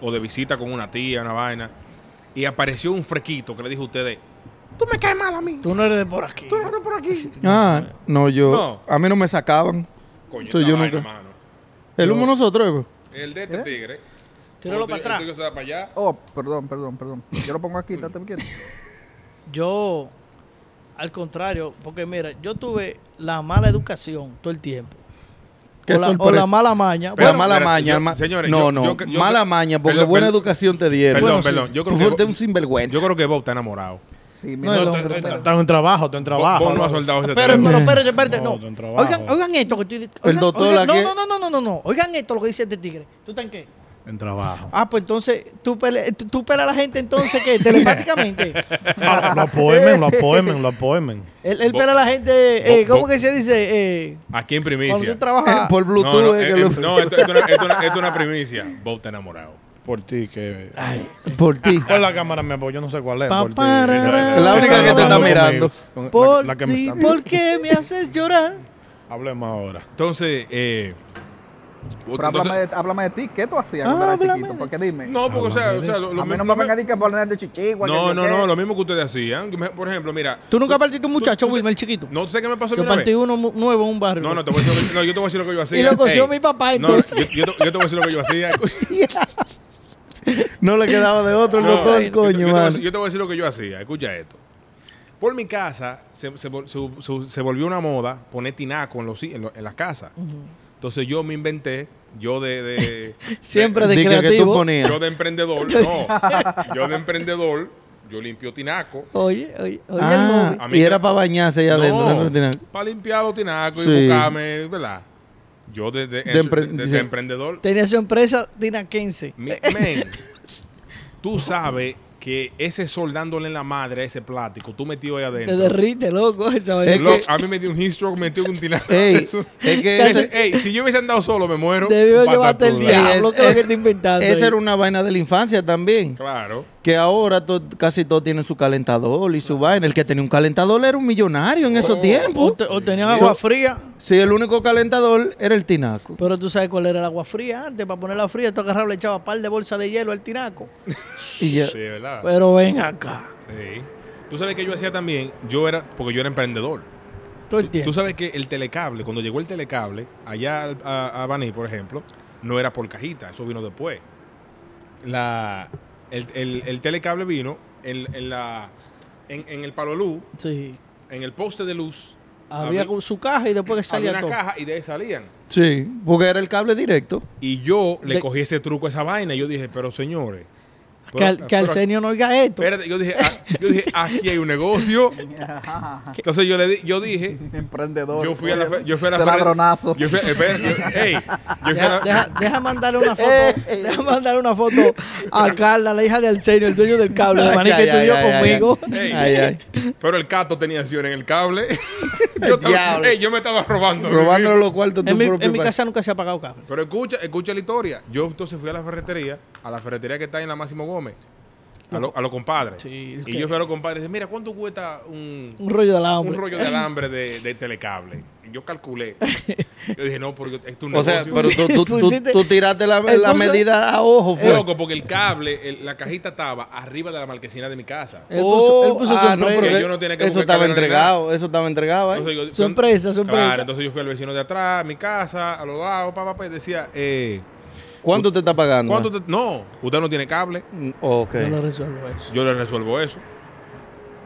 [SPEAKER 1] o de visita con una tía, una vaina, y apareció un frequito que le dijo a ustedes, tú me caes mal a mí,
[SPEAKER 2] Tú no eres de por aquí.
[SPEAKER 1] tú eres por aquí.
[SPEAKER 3] Ah, no yo
[SPEAKER 1] No.
[SPEAKER 3] a mí no me sacaban.
[SPEAKER 1] Coño,
[SPEAKER 3] Sí,
[SPEAKER 1] esa
[SPEAKER 3] yo
[SPEAKER 1] vaina,
[SPEAKER 3] nunca-
[SPEAKER 1] mano.
[SPEAKER 3] El humo nosotros. eh,
[SPEAKER 1] El de este tigre.
[SPEAKER 2] Tíralo
[SPEAKER 1] Como el
[SPEAKER 2] para
[SPEAKER 1] tuyo- el tuyo
[SPEAKER 2] atrás.
[SPEAKER 1] se va para allá.
[SPEAKER 5] Oh, perdón, perdón, perdón. Yo lo pongo aquí, estate quieto.
[SPEAKER 2] Yo, al contrario, porque mira, yo tuve la mala educación todo el tiempo.
[SPEAKER 3] Qué
[SPEAKER 2] o, la, o
[SPEAKER 3] sorpresa.
[SPEAKER 2] la mala maña.
[SPEAKER 3] Pero
[SPEAKER 1] Pero,
[SPEAKER 2] Bueno,
[SPEAKER 3] mala
[SPEAKER 1] espérate,
[SPEAKER 3] maña,
[SPEAKER 1] yo-
[SPEAKER 3] ma-
[SPEAKER 1] señores,
[SPEAKER 3] no,
[SPEAKER 1] yo-
[SPEAKER 3] no,
[SPEAKER 1] yo- yo-
[SPEAKER 3] mala maña, porque
[SPEAKER 1] perdón,
[SPEAKER 3] buena
[SPEAKER 1] perdón.
[SPEAKER 3] educación te dieron.
[SPEAKER 1] Perdón,
[SPEAKER 3] Bueno,
[SPEAKER 1] perdón,
[SPEAKER 3] sí.
[SPEAKER 1] yo creo
[SPEAKER 3] Tú
[SPEAKER 1] que
[SPEAKER 3] fuiste
[SPEAKER 1] vos-
[SPEAKER 3] un sinvergüenza.
[SPEAKER 1] Yo creo que Bob está enamorado.
[SPEAKER 5] Sí,
[SPEAKER 2] No,
[SPEAKER 5] mira,
[SPEAKER 2] el
[SPEAKER 5] el
[SPEAKER 2] hombre
[SPEAKER 5] hombre
[SPEAKER 2] está-
[SPEAKER 5] está-
[SPEAKER 4] Estás en trabajo, estás en trabajo.
[SPEAKER 1] Vos no has soldado ese
[SPEAKER 2] pero,
[SPEAKER 1] tema.
[SPEAKER 2] pero, espérate, espérate, no.
[SPEAKER 4] No, de un trabajo.
[SPEAKER 2] Oigan, oigan esto que estoy oigan-
[SPEAKER 3] doctor
[SPEAKER 2] oigan-
[SPEAKER 3] aquí-
[SPEAKER 2] no, no, no, no, no, no. Oigan esto lo que dice este tigre. ¿Tú estás en qué?
[SPEAKER 4] En trabajo.
[SPEAKER 2] Ah, pues entonces, tú, pele- tú- tú pelas a la gente entonces, ¿qué? Telepáticamente.
[SPEAKER 4] Ah, Lo apoemen, lo apoemen, lo apoemen.
[SPEAKER 2] él él
[SPEAKER 1] Bo-
[SPEAKER 2] pela a la gente, eh,
[SPEAKER 1] bo-
[SPEAKER 2] ¿cómo
[SPEAKER 1] bo-
[SPEAKER 2] que se dice? Eh,
[SPEAKER 1] Aquí en
[SPEAKER 2] cuando
[SPEAKER 1] primicia.
[SPEAKER 2] tú trabajas...
[SPEAKER 3] Eh, por Bluetooth
[SPEAKER 1] no, no,
[SPEAKER 3] eh,
[SPEAKER 1] eh,
[SPEAKER 3] que
[SPEAKER 1] eh,
[SPEAKER 3] lo-
[SPEAKER 1] no, esto, esto no- esto no- esto es una primicia. Bob está enamorado.
[SPEAKER 4] Por ti, que.
[SPEAKER 3] por ti.
[SPEAKER 4] ¿Cuál es la cámara me apoyó? No sé cuál es.
[SPEAKER 2] Pa,
[SPEAKER 4] por ti.
[SPEAKER 2] pa, ra, ra,
[SPEAKER 4] Esa-
[SPEAKER 3] la única que
[SPEAKER 4] esa
[SPEAKER 3] te está
[SPEAKER 4] hablando
[SPEAKER 3] mirando.
[SPEAKER 4] conmigo. La-
[SPEAKER 2] Por
[SPEAKER 4] la que me
[SPEAKER 2] ti,
[SPEAKER 4] está-
[SPEAKER 2] ¿por qué me haces llorar?
[SPEAKER 4] Hablemos ahora.
[SPEAKER 1] Entonces, eh.
[SPEAKER 5] Pero háblame,
[SPEAKER 1] entonces-
[SPEAKER 5] de, háblame de ti, ¿qué tú hacías cuando eras
[SPEAKER 2] Háblame
[SPEAKER 5] chiquito?
[SPEAKER 2] de-
[SPEAKER 5] Porque dime.
[SPEAKER 1] no, porque, o sea, o sea, lo, lo
[SPEAKER 5] a mí
[SPEAKER 1] mismo-
[SPEAKER 5] no me vengas a decir que poner de chichigua. que
[SPEAKER 1] No,
[SPEAKER 5] yo
[SPEAKER 1] no,
[SPEAKER 5] qué.
[SPEAKER 1] no, lo mismo que ustedes hacían. Por ejemplo, mira.
[SPEAKER 2] ¿Tú nunca partiste un muchacho,
[SPEAKER 1] tú- tú-
[SPEAKER 2] Wilmer, chiquito?
[SPEAKER 1] No sé qué me pasó a mí
[SPEAKER 2] Yo
[SPEAKER 1] una
[SPEAKER 2] partí
[SPEAKER 1] vez.
[SPEAKER 2] uno mu- nuevo en un barrio.
[SPEAKER 1] No, no, te voy a decir lo que, no, yo te voy a decir lo que yo hacía.
[SPEAKER 2] Y lo coció
[SPEAKER 1] Ey,
[SPEAKER 2] mi papá,
[SPEAKER 1] no, yo,
[SPEAKER 2] entonces.
[SPEAKER 1] yo te, yo te voy a decir lo que yo hacía.
[SPEAKER 3] No le quedaba de otro,
[SPEAKER 1] No, eh,
[SPEAKER 3] no todo el
[SPEAKER 1] yo te- yo,
[SPEAKER 3] coño,
[SPEAKER 1] te voy a
[SPEAKER 3] mano.
[SPEAKER 1] decir- yo te voy a decir lo que yo hacía. Escucha esto. Por mi casa se, se vol- su- su- se volvió una moda poner tinaco en, los, si- en, lo- en las casas. Entonces yo me inventé, yo de. de-
[SPEAKER 2] Siempre de
[SPEAKER 3] Di que- que tú
[SPEAKER 2] creativo.
[SPEAKER 3] ponías.
[SPEAKER 1] yo de emprendedor, no. Yo de emprendedor, yo limpio tinaco.
[SPEAKER 2] Oye, oye, oye el
[SPEAKER 3] Ah,
[SPEAKER 2] móvil.
[SPEAKER 1] A mí
[SPEAKER 3] y
[SPEAKER 1] que-
[SPEAKER 3] era para bañarse allá adentro. no te tenían-
[SPEAKER 1] para limpiar los tinacos
[SPEAKER 3] Sí.
[SPEAKER 1] y buscarme, ¿verdad? Yo de, de-
[SPEAKER 3] De empre-
[SPEAKER 1] de- de-
[SPEAKER 3] dice-
[SPEAKER 1] de emprendedor.
[SPEAKER 2] Tenía su empresa dinaquense.
[SPEAKER 1] Mi- men, tú sabes que ese sol dándole en la madre a ese plástico, tú metido ahí
[SPEAKER 2] Te
[SPEAKER 1] adentro.
[SPEAKER 2] derrite, loco. esa vaina.
[SPEAKER 3] Es
[SPEAKER 1] Lo-
[SPEAKER 3] que-
[SPEAKER 1] a mí me dio un heat stroke, metió un tinaco.
[SPEAKER 3] Ey, es que
[SPEAKER 1] Ese-
[SPEAKER 3] ese-
[SPEAKER 1] ey, si yo hubiese andado solo, me muero.
[SPEAKER 2] Debió
[SPEAKER 1] Patatuda.
[SPEAKER 2] llevarte el
[SPEAKER 3] Ey,
[SPEAKER 2] diablo.
[SPEAKER 3] es-
[SPEAKER 2] que es lo
[SPEAKER 3] es-
[SPEAKER 2] que te inventaste.
[SPEAKER 3] esa era una vaina de la infancia también.
[SPEAKER 1] Claro.
[SPEAKER 3] Que ahora to- casi todos tienen su calentador y su vaina. El que tenía un calentador era un millonario en esos
[SPEAKER 2] O,
[SPEAKER 3] tiempos.
[SPEAKER 2] te- o tenían agua fría.
[SPEAKER 3] Sí, el único calentador era el tinaco.
[SPEAKER 2] Pero tú sabes cuál era el agua fría antes. Para ponerla fría, tú agarrabas, le echabas par de bolsas de hielo al tinaco.
[SPEAKER 3] Y ya.
[SPEAKER 1] Sí, ¿verdad?
[SPEAKER 2] Pero ven acá.
[SPEAKER 1] Sí. Tú sabes que yo hacía también, yo era, porque yo era emprendedor.
[SPEAKER 2] Tú
[SPEAKER 1] Tú
[SPEAKER 2] entiendes.
[SPEAKER 1] sabes que el telecable, cuando llegó el telecable, allá al- a, a Baní, por ejemplo, no era por cajita, eso vino después. La, el, el- el telecable vino en, en la, en, en el palo luz,
[SPEAKER 2] Sí.
[SPEAKER 1] en el poste de luz,
[SPEAKER 2] Había
[SPEAKER 1] Había-
[SPEAKER 2] su caja y después que
[SPEAKER 1] había
[SPEAKER 2] salía
[SPEAKER 1] una
[SPEAKER 2] todo.
[SPEAKER 1] caja y de ahí salían.
[SPEAKER 3] Sí, porque era el cable directo.
[SPEAKER 1] Y yo le
[SPEAKER 2] De-
[SPEAKER 1] cogí ese truco a esa vaina y yo dije, pero señores.
[SPEAKER 2] Que, al,
[SPEAKER 1] pero-
[SPEAKER 2] que
[SPEAKER 1] pero-
[SPEAKER 2] Arsenio no oiga esto.
[SPEAKER 1] espérate, yo dije, ah, yo dije, aquí hay un negocio. Entonces yo le di- yo dije,
[SPEAKER 5] Emprendedor.
[SPEAKER 1] yo fui a la fe- yo fui a la
[SPEAKER 5] Ese
[SPEAKER 1] feria-
[SPEAKER 5] ladronazo.
[SPEAKER 1] Yo fui, espérate, yo- ey, yo fui a
[SPEAKER 2] Deja,
[SPEAKER 1] la-
[SPEAKER 2] deja- deja mandarle una foto, deja mandarle una foto a Carla, la hija de Arsenio, el dueño del cable, de Maní, que
[SPEAKER 3] Ay, ay,
[SPEAKER 2] estudió
[SPEAKER 3] ay, ay,
[SPEAKER 2] conmigo.
[SPEAKER 1] Ey,
[SPEAKER 3] Ay, ay.
[SPEAKER 1] Pero el gato tenía acción en el cable. yo, estaba-
[SPEAKER 3] Diablo.
[SPEAKER 1] ey, yo me estaba robando.
[SPEAKER 3] Robándole los cuartos de
[SPEAKER 2] En
[SPEAKER 3] tu
[SPEAKER 2] mi, en
[SPEAKER 3] propio
[SPEAKER 2] mi
[SPEAKER 3] pa-
[SPEAKER 2] casa nunca se ha apagado cable.
[SPEAKER 1] Pero escucha, escucha la historia. Yo entonces fui a la ferretería, a la ferretería que está en la Máximo Gómez. a los a los compadres.
[SPEAKER 2] Sí,
[SPEAKER 1] y
[SPEAKER 2] que-
[SPEAKER 1] yo fui a los compadres y dije, mira, ¿cuánto cuesta un,
[SPEAKER 2] Un rollo de
[SPEAKER 1] un
[SPEAKER 2] alambre.
[SPEAKER 3] pues.
[SPEAKER 1] rollo de alambre de, de telecable? Y Yo calculé. Yo dije, no, porque esto es un
[SPEAKER 3] O sea,
[SPEAKER 1] negocio".
[SPEAKER 3] pero tú, tú- tú-
[SPEAKER 2] Pusiste-
[SPEAKER 3] tú tiraste la, la
[SPEAKER 2] Entonces-
[SPEAKER 3] medida a ojo,
[SPEAKER 1] Fue
[SPEAKER 3] fue.
[SPEAKER 1] loco, porque el cable, el- la cajita estaba arriba de la marquesina de mi casa.
[SPEAKER 2] Él puso, él puso
[SPEAKER 3] Oh, ah, no,
[SPEAKER 2] sorpresa.
[SPEAKER 1] Que
[SPEAKER 3] pero
[SPEAKER 1] yo no tenía que
[SPEAKER 3] eso
[SPEAKER 1] buscar
[SPEAKER 3] estaba
[SPEAKER 1] cadena ni
[SPEAKER 3] entregado, eso estaba entregado ¿eh? ahí.
[SPEAKER 1] Entonces yo-
[SPEAKER 2] Sorpresa, sorpresa.
[SPEAKER 1] Claro, entonces yo fui al vecino de atrás, a mi casa, a los lados, papá, y decía, eh,
[SPEAKER 3] ¿Cuánto te está pagando?
[SPEAKER 1] ¿cuánto te- No, usted no tiene cable.
[SPEAKER 3] Mm, Ok.
[SPEAKER 2] Yo lo resuelvo eso.
[SPEAKER 1] Yo le resuelvo eso.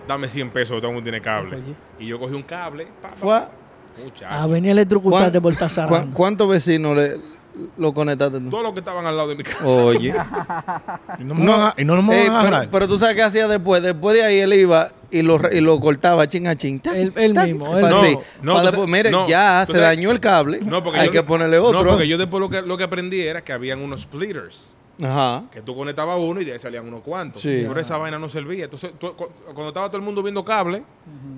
[SPEAKER 1] Dame 100 pesos, usted no tiene cable.
[SPEAKER 2] Oye.
[SPEAKER 1] Y yo cogí un cable. pa, pa,
[SPEAKER 3] Fue-
[SPEAKER 1] muchacho.
[SPEAKER 3] Ah.
[SPEAKER 2] A venir a electrocutarte por estar
[SPEAKER 3] ¿Cuán-
[SPEAKER 2] zarrando.
[SPEAKER 3] ¿Cuántos vecinos le, lo conectaste tú?
[SPEAKER 1] Todos los que estaban al lado de mi casa.
[SPEAKER 3] Oye.
[SPEAKER 4] Y no me van a- y no nos van
[SPEAKER 3] Ey,
[SPEAKER 4] a agarrar.
[SPEAKER 3] Eh, pero, pero tú sabes qué hacía después. Después de ahí él iba y lo, re- y lo cortaba chin a chin. tac,
[SPEAKER 2] Él- él
[SPEAKER 3] tac,
[SPEAKER 2] mismo,
[SPEAKER 3] pa'
[SPEAKER 2] él
[SPEAKER 3] así.
[SPEAKER 1] mismo. No, no,
[SPEAKER 3] Pa'
[SPEAKER 1] tú
[SPEAKER 3] después,
[SPEAKER 1] sabes-
[SPEAKER 3] mire,
[SPEAKER 1] no,
[SPEAKER 3] ya
[SPEAKER 1] tú
[SPEAKER 3] se
[SPEAKER 1] sabes-
[SPEAKER 3] daño el cable.
[SPEAKER 1] No, porque
[SPEAKER 3] Hay
[SPEAKER 1] yo-
[SPEAKER 3] que ponerle
[SPEAKER 1] no,
[SPEAKER 3] otro.
[SPEAKER 1] porque yo después lo que, lo que aprendí era que habían unos splitters.
[SPEAKER 3] Ajá.
[SPEAKER 1] Que tú conectabas uno y de ahí salían unos cuantos.
[SPEAKER 3] Sí.
[SPEAKER 1] Pero esa vaina no servía. Entonces, tú- cu- cuando estaba todo el mundo viendo cable,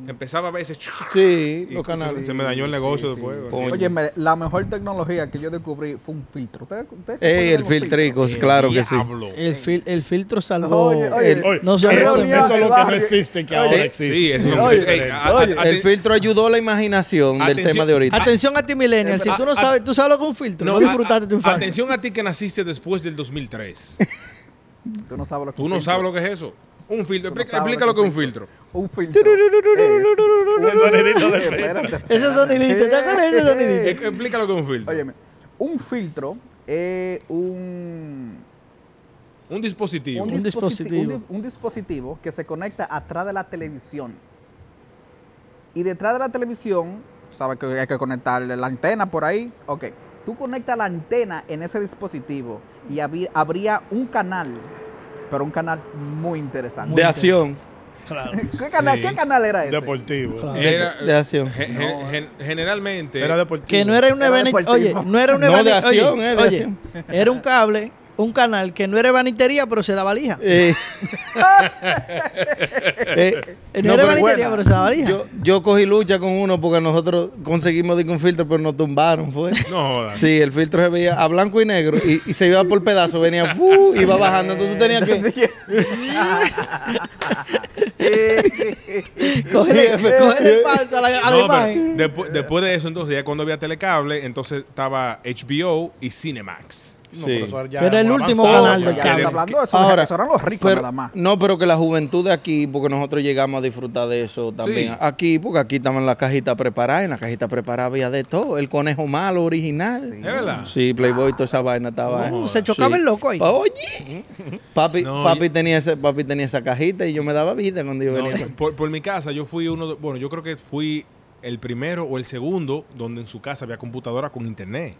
[SPEAKER 1] empezaba a ver ese...
[SPEAKER 3] Sí,
[SPEAKER 1] y
[SPEAKER 3] los
[SPEAKER 1] se,
[SPEAKER 3] canales. Eh,
[SPEAKER 1] se me dañó el negocio
[SPEAKER 5] Sí, sí.
[SPEAKER 1] después.
[SPEAKER 3] Coño.
[SPEAKER 5] Oye, me- la mejor tecnología que yo descubrí fue un filtro. ¿Ustedes, ustedes se acuerdan
[SPEAKER 3] Ey,
[SPEAKER 5] de
[SPEAKER 3] el
[SPEAKER 5] los
[SPEAKER 3] filtrico,
[SPEAKER 1] El
[SPEAKER 3] claro que sí.
[SPEAKER 1] diablo.
[SPEAKER 2] El, fil- el filtro salvó.
[SPEAKER 5] Oye, oye,
[SPEAKER 3] El-
[SPEAKER 4] Oye,
[SPEAKER 2] No se
[SPEAKER 4] eso, eso
[SPEAKER 2] reunió
[SPEAKER 5] el
[SPEAKER 4] es lo que no
[SPEAKER 5] barrio.
[SPEAKER 4] existe, que
[SPEAKER 5] Oye,
[SPEAKER 4] ahora
[SPEAKER 3] sí,
[SPEAKER 4] existe.
[SPEAKER 1] Sí, eso es
[SPEAKER 5] Oye,
[SPEAKER 1] ey,
[SPEAKER 5] oye.
[SPEAKER 1] a- a- a-
[SPEAKER 3] El filtro ayudó la imaginación del
[SPEAKER 1] Atención.
[SPEAKER 3] tema de ahorita.
[SPEAKER 2] Atención a ti, Millennial. Si
[SPEAKER 1] Ah,
[SPEAKER 2] tú no
[SPEAKER 1] ah,
[SPEAKER 2] sabes, tú sabes lo que es un filtro. No,
[SPEAKER 1] a-
[SPEAKER 2] disfrutaste tu
[SPEAKER 1] a-
[SPEAKER 2] infancia.
[SPEAKER 1] Atención a ti que naciste después del 2003.
[SPEAKER 5] filtros? Tú no sabes lo que
[SPEAKER 1] Tú no sabes lo que es eso. Un filtro.
[SPEAKER 5] Tú no
[SPEAKER 1] Explica,
[SPEAKER 5] sabes
[SPEAKER 1] explica lo que es un filtro.
[SPEAKER 5] Un filtro.
[SPEAKER 4] El sonidito de filtro.
[SPEAKER 5] Espérate.
[SPEAKER 2] Ese sonidito, ¿te acuerdas de ese sonidito?
[SPEAKER 1] Ex- Explica lo que es un filtro.
[SPEAKER 5] Óyeme, un filtro es un,
[SPEAKER 1] un dispositivo.
[SPEAKER 5] un,
[SPEAKER 2] Un
[SPEAKER 5] dispositi-
[SPEAKER 2] dispositivo.
[SPEAKER 5] un di- un dispositivo que se conecta atrás de la televisión. Y detrás de la televisión, sabes que hay que conectar la antena por ahí. Ok, tú conectas la antena en ese dispositivo y habí- habría un canal, pero un canal muy interesante.
[SPEAKER 3] De acción.
[SPEAKER 2] Claro.
[SPEAKER 5] ¿Qué, canal,
[SPEAKER 1] Sí.
[SPEAKER 5] qué canal era ese?
[SPEAKER 4] eh, Deportivo.
[SPEAKER 2] Claro.
[SPEAKER 1] Era- eh,
[SPEAKER 3] de acción.
[SPEAKER 1] gen-
[SPEAKER 5] No,
[SPEAKER 1] gen- gen- generalmente.
[SPEAKER 4] Era deportivo.
[SPEAKER 2] Que no era un
[SPEAKER 5] Era
[SPEAKER 2] evento.
[SPEAKER 5] deportivo.
[SPEAKER 2] Oye, no era un
[SPEAKER 3] No, de
[SPEAKER 2] evento.
[SPEAKER 3] acción,
[SPEAKER 2] oye,
[SPEAKER 3] eh, de
[SPEAKER 2] oye,
[SPEAKER 3] acción.
[SPEAKER 2] era un cable, un canal que no era evanitería, pero se daba lija.
[SPEAKER 3] Eh, eh,
[SPEAKER 2] Eh,
[SPEAKER 3] no,
[SPEAKER 2] No, era
[SPEAKER 3] pero
[SPEAKER 2] evanitería, pero se daba lija.
[SPEAKER 3] yo, yo cogí lucha con uno porque nosotros conseguimos de que un filtro, pero nos tumbaron, fue.
[SPEAKER 1] no jodas.
[SPEAKER 3] Sí, el filtro se veía a blanco y negro y, y se iba por pedazos, venía, fu, iba bajando. Entonces tenía que.
[SPEAKER 5] Eh,
[SPEAKER 2] Cógele,
[SPEAKER 3] eh,
[SPEAKER 2] cógele el paso a la,
[SPEAKER 1] No,
[SPEAKER 2] a la
[SPEAKER 1] pero
[SPEAKER 2] imagen.
[SPEAKER 1] despu- después de eso, entonces, ya cuando había telecable, entonces estaba HBO y Cinemax.
[SPEAKER 3] Sí.
[SPEAKER 4] No, pero eso ya
[SPEAKER 2] Que era el
[SPEAKER 4] hemos
[SPEAKER 2] último
[SPEAKER 4] avanzado,
[SPEAKER 2] canal
[SPEAKER 4] ya.
[SPEAKER 2] del
[SPEAKER 5] Ya está
[SPEAKER 1] cable.
[SPEAKER 5] hablando de eso,
[SPEAKER 3] Ahora,
[SPEAKER 5] que eran los ricos
[SPEAKER 3] Pero-
[SPEAKER 5] nada más.
[SPEAKER 3] no, pero que la juventud de aquí, porque nosotros llegamos a disfrutar de eso también.
[SPEAKER 1] Sí.
[SPEAKER 3] Aquí, porque aquí estaban las cajitas preparadas, en la cajita preparada había de todo. El conejo malo original.
[SPEAKER 1] ¿Es
[SPEAKER 3] Sí.
[SPEAKER 1] verdad?
[SPEAKER 3] Playboy, toda esa vaina estaba.
[SPEAKER 1] No,
[SPEAKER 3] eh.
[SPEAKER 2] se chocaba el loco ahí.
[SPEAKER 3] Pa- Oye, papi,
[SPEAKER 1] No,
[SPEAKER 3] papi,
[SPEAKER 1] yo-
[SPEAKER 3] tenía ese, papi tenía esa cajita y yo me daba vida cuando yo
[SPEAKER 1] No,
[SPEAKER 3] venía.
[SPEAKER 1] yo- por, por mi casa, yo fui uno de- Bueno, yo creo que fui el primero o el segundo donde en su casa había computadora con internet.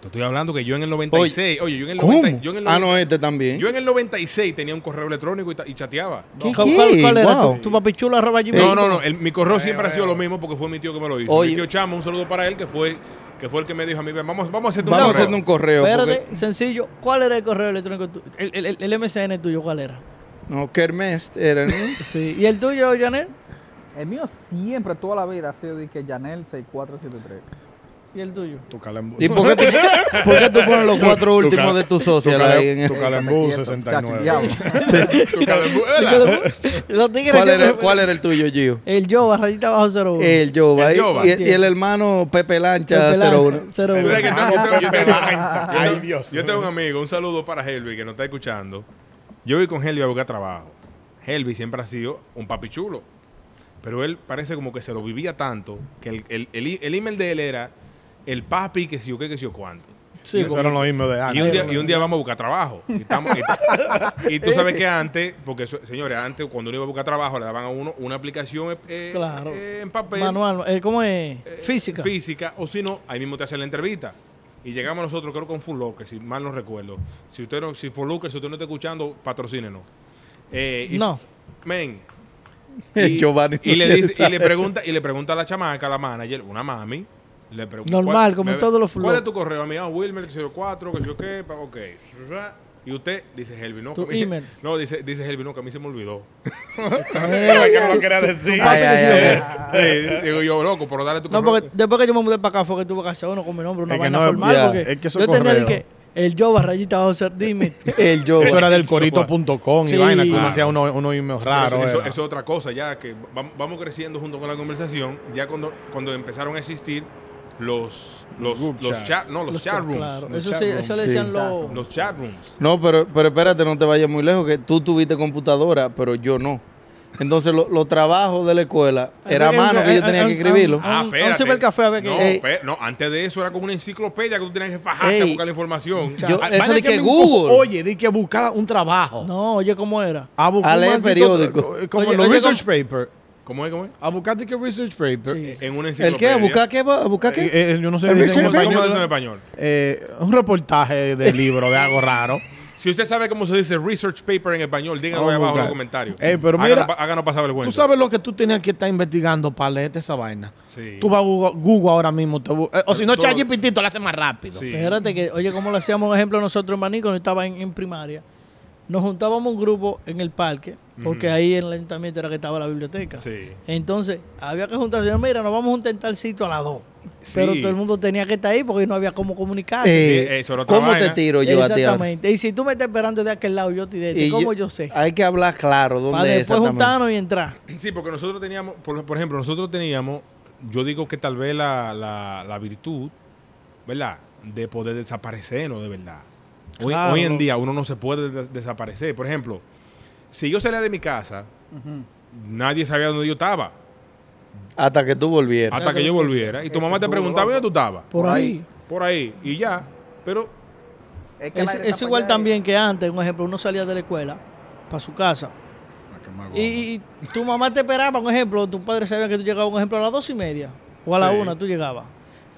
[SPEAKER 1] Te estoy hablando que yo en el 96. Oye, yo en el
[SPEAKER 3] ¿Cómo?
[SPEAKER 1] 90 yo en el
[SPEAKER 3] ah,
[SPEAKER 1] 90
[SPEAKER 3] no, este también.
[SPEAKER 1] Yo en el 96 tenía un correo electrónico y, ta- y chateaba.
[SPEAKER 3] ¿Qué,
[SPEAKER 2] ¿Cuál,
[SPEAKER 3] qué?
[SPEAKER 2] cuál- cuál era?
[SPEAKER 3] Wow.
[SPEAKER 2] ¿Tu, tu papichulo arroba gmail?
[SPEAKER 1] No, no, no. el- mi correo siempre ha sido
[SPEAKER 4] veo.
[SPEAKER 1] lo mismo porque fue mi tío que me lo hizo.
[SPEAKER 3] Oye.
[SPEAKER 1] Mi tío Chama, un saludo para él que fue, que fue el que me dijo a mí, vamos, vamos a hacerte un
[SPEAKER 3] Vamos a
[SPEAKER 1] correo".
[SPEAKER 3] hacer un correo.
[SPEAKER 2] Espérate, sencillo. ¿Cuál era el correo electrónico tuyo? El, el- el- el MSN tuyo, ¿cuál era?
[SPEAKER 3] porque- No, Kermest era. ¿no?
[SPEAKER 2] Sí. ¿Y el tuyo, Janel?
[SPEAKER 5] El mío siempre, toda la vida, ha sido de que Janel 6473.
[SPEAKER 2] ¿Y el tuyo?
[SPEAKER 4] Tu calembu-
[SPEAKER 3] ¿Y por qué, tú, por qué tú pones los cuatro
[SPEAKER 4] Tu
[SPEAKER 3] últimos
[SPEAKER 4] ca-
[SPEAKER 3] de tus
[SPEAKER 4] tu
[SPEAKER 3] socios
[SPEAKER 4] cale-
[SPEAKER 3] ahí en el-
[SPEAKER 4] Tu calembu
[SPEAKER 5] Quieto, chacho,
[SPEAKER 4] 69.
[SPEAKER 5] diablo.
[SPEAKER 1] Tu calembu- ¿verdad?
[SPEAKER 2] Los tigres
[SPEAKER 3] ¿Cuál
[SPEAKER 2] siempre-
[SPEAKER 3] era, cuál era Eh, el tuyo, Gio?
[SPEAKER 2] El yo, rayita abajo 01.
[SPEAKER 3] El Jova.
[SPEAKER 1] El
[SPEAKER 3] Y,
[SPEAKER 1] Jova.
[SPEAKER 3] y el- y el hermano Pepe Lancha
[SPEAKER 2] Pepe Lanza,
[SPEAKER 3] 01.
[SPEAKER 2] 01.
[SPEAKER 1] Tú sabes que
[SPEAKER 4] Ah,
[SPEAKER 1] tengo- yo
[SPEAKER 4] Pepe
[SPEAKER 1] tengo-
[SPEAKER 4] Lanza.
[SPEAKER 1] yo tengo-
[SPEAKER 4] Ay, Dios.
[SPEAKER 1] Yo tengo un amigo, un saludo para Helvi que nos está escuchando. Yo voy con Helvi a buscar trabajo. Helvi siempre ha sido un papi chulo. Pero él parece como que se lo vivía tanto que el, el, el, i- el email de él era el papi que si yo qué, que si yo cuánto.
[SPEAKER 2] Sí,
[SPEAKER 4] Eso eran los mismos de
[SPEAKER 1] Y un, día,
[SPEAKER 4] antes.
[SPEAKER 1] y un día vamos a buscar trabajo. Y, estamos- y- y tú sabes que antes, porque eso- señores, antes cuando uno iba a buscar trabajo le daban a uno una aplicación eh,
[SPEAKER 2] Claro.
[SPEAKER 1] eh, en papel.
[SPEAKER 2] Manual, eh, ¿cómo es?
[SPEAKER 1] eh,
[SPEAKER 2] Física.
[SPEAKER 1] Física, o si no, ahí mismo te hacen la entrevista. Y llegamos nosotros, creo con Full Locker, si mal no recuerdo. Si usted no, si Full Locker, si usted no está escuchando, patrocínenos. Eh, y-
[SPEAKER 2] No.
[SPEAKER 1] Men.
[SPEAKER 3] El Giovanni
[SPEAKER 1] y le
[SPEAKER 3] no
[SPEAKER 1] dice,
[SPEAKER 3] quiere
[SPEAKER 1] y le pregunta, y le pregunta a la chamaca, a la manager, una mami. Le pregunta,
[SPEAKER 2] Normal,
[SPEAKER 1] ¿cuál-
[SPEAKER 2] como
[SPEAKER 1] me-
[SPEAKER 2] todos los Full
[SPEAKER 1] ¿Cuál es
[SPEAKER 2] Locker.
[SPEAKER 1] tu correo? Amigo, Ah, Wilmer 04, que yo qué, pa- ok. Y usted dice Helvi, no,
[SPEAKER 2] Tu
[SPEAKER 1] que a mí-
[SPEAKER 2] email.
[SPEAKER 1] no, dice, dice Helvi, no, que a mí se me olvidó.
[SPEAKER 4] Que no lo quería decir.
[SPEAKER 3] Ay, ay, ay.
[SPEAKER 1] Eh, digo yo, loco, pero dale tu
[SPEAKER 2] Ah. No,
[SPEAKER 1] correo.
[SPEAKER 2] porque después que yo me mudé para acá fue que tuve que hacer uno con mi nombre, una
[SPEAKER 4] Es que
[SPEAKER 2] vaina
[SPEAKER 4] no,
[SPEAKER 2] formal.
[SPEAKER 4] ya,
[SPEAKER 2] porque
[SPEAKER 4] es que eso
[SPEAKER 2] yo tenía de
[SPEAKER 4] correo.
[SPEAKER 2] que El yo barrayita bajo ser dime.
[SPEAKER 3] El yo.
[SPEAKER 4] Eso era del corito.com
[SPEAKER 2] Sí.
[SPEAKER 4] y vaina, que uno
[SPEAKER 2] Ah.
[SPEAKER 4] hacía uno- unos emails raros.
[SPEAKER 1] Eso, eso-
[SPEAKER 4] era.
[SPEAKER 1] eso es otra cosa, ya que vam- vamos creciendo junto con la conversación. Ya cuando, cuando empezaron a existir los, los,
[SPEAKER 4] Group
[SPEAKER 1] los
[SPEAKER 4] chats.
[SPEAKER 1] chat, no, los, chat rooms.
[SPEAKER 2] Claro,
[SPEAKER 4] los
[SPEAKER 2] eso,
[SPEAKER 4] chat
[SPEAKER 2] sí,
[SPEAKER 4] rooms,
[SPEAKER 2] eso le
[SPEAKER 4] sí.
[SPEAKER 2] decían
[SPEAKER 5] Chat
[SPEAKER 2] los.
[SPEAKER 1] Los chat rooms.
[SPEAKER 3] No, pero, pero espérate, no te vayas muy lejos, que tú tuviste computadora, pero yo no. Entonces, lo- los trabajos de la escuela era a mano que yo tenía que escribirlo.
[SPEAKER 1] eh,
[SPEAKER 2] A un- a un cibercafé, a ver qué-
[SPEAKER 1] Ah, no,
[SPEAKER 3] Ey.
[SPEAKER 1] pe- no, antes de eso era como una enciclopedia que tú tenías que fajarte a
[SPEAKER 3] Ey.
[SPEAKER 1] buscar la información.
[SPEAKER 3] Yo-
[SPEAKER 4] Ah,
[SPEAKER 3] eso
[SPEAKER 4] vaina
[SPEAKER 3] de que
[SPEAKER 4] me-
[SPEAKER 3] Google.
[SPEAKER 4] Oye, di que buscaba un trabajo.
[SPEAKER 2] No, oye, ¿cómo era?
[SPEAKER 4] A buscar
[SPEAKER 3] A leer
[SPEAKER 4] maldito-
[SPEAKER 3] periódico.
[SPEAKER 4] eh, Como
[SPEAKER 2] Oye,
[SPEAKER 4] los
[SPEAKER 2] oye,
[SPEAKER 4] research paper.
[SPEAKER 1] ¿Cómo es? ¿Cómo es?
[SPEAKER 4] A buscar di que research paper.
[SPEAKER 2] Sí.
[SPEAKER 4] Eh,
[SPEAKER 1] En una
[SPEAKER 3] ¿El qué?
[SPEAKER 1] enciclopedia.
[SPEAKER 3] ¿A buscar qué? va? ¿A buscar qué?
[SPEAKER 4] eh, yo no sé
[SPEAKER 3] El
[SPEAKER 4] dicen
[SPEAKER 1] ¿Cómo,
[SPEAKER 3] research
[SPEAKER 4] en
[SPEAKER 1] cómo
[SPEAKER 4] español.
[SPEAKER 1] dicen en español?
[SPEAKER 4] Eh, un reportaje de libro, de algo raro.
[SPEAKER 1] Si usted sabe cómo se dice research paper en español, díganlo ahí
[SPEAKER 4] Vamos
[SPEAKER 1] abajo
[SPEAKER 4] a
[SPEAKER 1] en los
[SPEAKER 4] buscar.
[SPEAKER 1] comentarios.
[SPEAKER 4] Ey, pero
[SPEAKER 1] Háganos
[SPEAKER 4] mira,
[SPEAKER 1] pa- háganos pasar vergüenza.
[SPEAKER 4] Tú sabes lo que tú tenías que estar investigando para leerte esa vaina.
[SPEAKER 1] Sí.
[SPEAKER 4] Tú vas a Google, Google ahora mismo. te bu- eh, o si no,
[SPEAKER 1] Todo-
[SPEAKER 4] ChatGPT te lo hace más rápido.
[SPEAKER 1] Sí.
[SPEAKER 2] Espérate que, oye, ¿cómo lo hacíamos, por ejemplo, nosotros en Maní cuando estaba en, en primaria? Nos juntábamos un grupo en el parque, porque ahí en el ayuntamiento era que estaba la biblioteca.
[SPEAKER 1] Sí.
[SPEAKER 2] Entonces, había que juntarse, mira, nos vamos a juntar en tal sitio a las dos.
[SPEAKER 1] Sí.
[SPEAKER 2] Pero todo el mundo tenía que estar ahí porque no había cómo comunicarse.
[SPEAKER 3] Eh,
[SPEAKER 1] eso era otra
[SPEAKER 3] ¿Cómo te
[SPEAKER 1] vaina.
[SPEAKER 3] tiro yo a ti? ahora?
[SPEAKER 2] Exactamente. Y si tú me estás esperando de aquel lado, yo te de este,
[SPEAKER 3] Y
[SPEAKER 2] ¿cómo yo, sé?
[SPEAKER 3] Hay que hablar claro dónde
[SPEAKER 2] Para
[SPEAKER 3] es
[SPEAKER 2] después
[SPEAKER 3] exactamente.
[SPEAKER 2] juntarnos y entrar.
[SPEAKER 1] Sí, porque nosotros teníamos, por, por ejemplo, nosotros teníamos, yo digo que tal vez la, la, la virtud, ¿verdad? De poder desaparecernos de verdad. Hoy,
[SPEAKER 2] Claro.
[SPEAKER 1] hoy en día uno no se puede des- desaparecer. Por ejemplo, si yo salía de mi casa, nadie sabía dónde yo estaba
[SPEAKER 3] Hasta que tú volvieras.
[SPEAKER 1] hasta que yo volviera. Y tu mamá te preguntaba dónde tú estabas.
[SPEAKER 2] Por,
[SPEAKER 5] Por
[SPEAKER 2] ahí.
[SPEAKER 1] Por ahí. Y ya. Pero
[SPEAKER 5] Es que la
[SPEAKER 2] Es,
[SPEAKER 5] etapa
[SPEAKER 2] es igual
[SPEAKER 5] ya
[SPEAKER 2] también que antes, un ejemplo, uno salía de la escuela para su casa. Y, y- y tu mamá te esperaba, un ejemplo, tu padre sabía que tú llegabas, un ejemplo, a las dos y media o a la
[SPEAKER 1] Sí.
[SPEAKER 2] una tú llegabas.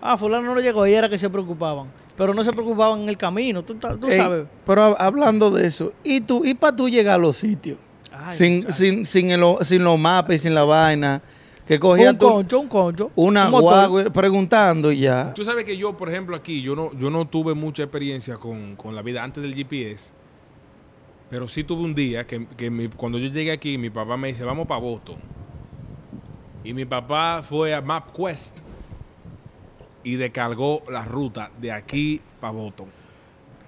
[SPEAKER 2] Ah, fulano no le llegó y era que se preocupaban. Pero no se preocupaban en el camino, tú, ta- tú
[SPEAKER 3] Ey,
[SPEAKER 2] sabes.
[SPEAKER 3] Eh, Pero hab- hablando de eso, ¿y tú y para tú llegar a los sitios?
[SPEAKER 2] Ay,
[SPEAKER 3] sin, sin, sin, el o- sin los mapas y sin la vaina. Que cogían
[SPEAKER 2] un
[SPEAKER 3] tú
[SPEAKER 2] concho, un concho.
[SPEAKER 3] una
[SPEAKER 2] un motor.
[SPEAKER 3] guagua preguntando y ya.
[SPEAKER 1] Tú sabes que yo, por ejemplo, aquí, yo no, yo no tuve mucha experiencia con, con la vida antes del GPS, pero sí tuve un día que, que mi- cuando yo llegué aquí, mi papá me dice, vamos para Boston. Y mi papá fue a MapQuest y descargó la ruta de aquí para Boston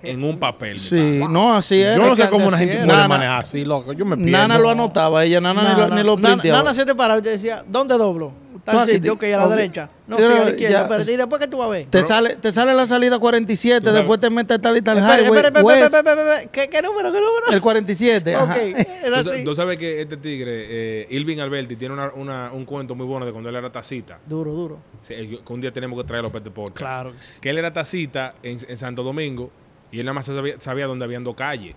[SPEAKER 1] en un papel. mi
[SPEAKER 3] Sí, no, así es.
[SPEAKER 4] Yo no
[SPEAKER 2] Es
[SPEAKER 4] sé
[SPEAKER 2] que
[SPEAKER 4] cómo
[SPEAKER 2] antes
[SPEAKER 4] una gente
[SPEAKER 2] sí
[SPEAKER 4] puede
[SPEAKER 3] era.
[SPEAKER 4] manejar así, loco. Yo me pierdo.
[SPEAKER 3] Nana lo anotaba, ella Nana, ni lo-
[SPEAKER 2] Nana,
[SPEAKER 3] ni lo
[SPEAKER 2] Nana-
[SPEAKER 3] planteaba.
[SPEAKER 2] Nana se te paraba y te decía, ¿dónde doblo? Tal
[SPEAKER 3] Tú
[SPEAKER 2] sitio,
[SPEAKER 3] aquí,
[SPEAKER 2] ok, a la
[SPEAKER 3] ok.
[SPEAKER 2] derecha. No,
[SPEAKER 3] Yo-
[SPEAKER 2] sigue a la izquierda,
[SPEAKER 3] ya-
[SPEAKER 2] pero ¿y después que tú vas a ver?
[SPEAKER 3] te, sale, te sale la salida 47,
[SPEAKER 1] Tú sabes-
[SPEAKER 3] después te metes tal y tal
[SPEAKER 2] Espera,
[SPEAKER 3] highway,
[SPEAKER 2] espera, espera,
[SPEAKER 3] west,
[SPEAKER 2] espera, espera, espera, espera. ¿Qué, qué número? ¿Qué número?
[SPEAKER 3] el 47. ajá.
[SPEAKER 2] Ok, era
[SPEAKER 1] Tú sa-
[SPEAKER 2] así.
[SPEAKER 1] tú sabes que este tigre, eh, Irving Alberti, tiene una- una- un cuento muy bueno de cuando él era tacita.
[SPEAKER 2] Duro, duro.
[SPEAKER 1] Sí, eh, yo- que un día tenemos que traerlo para este podcast.
[SPEAKER 2] Claro que sí.
[SPEAKER 1] él era tacita en, en Santo Domingo y él nada más sabía, sabía dónde habían dos calles.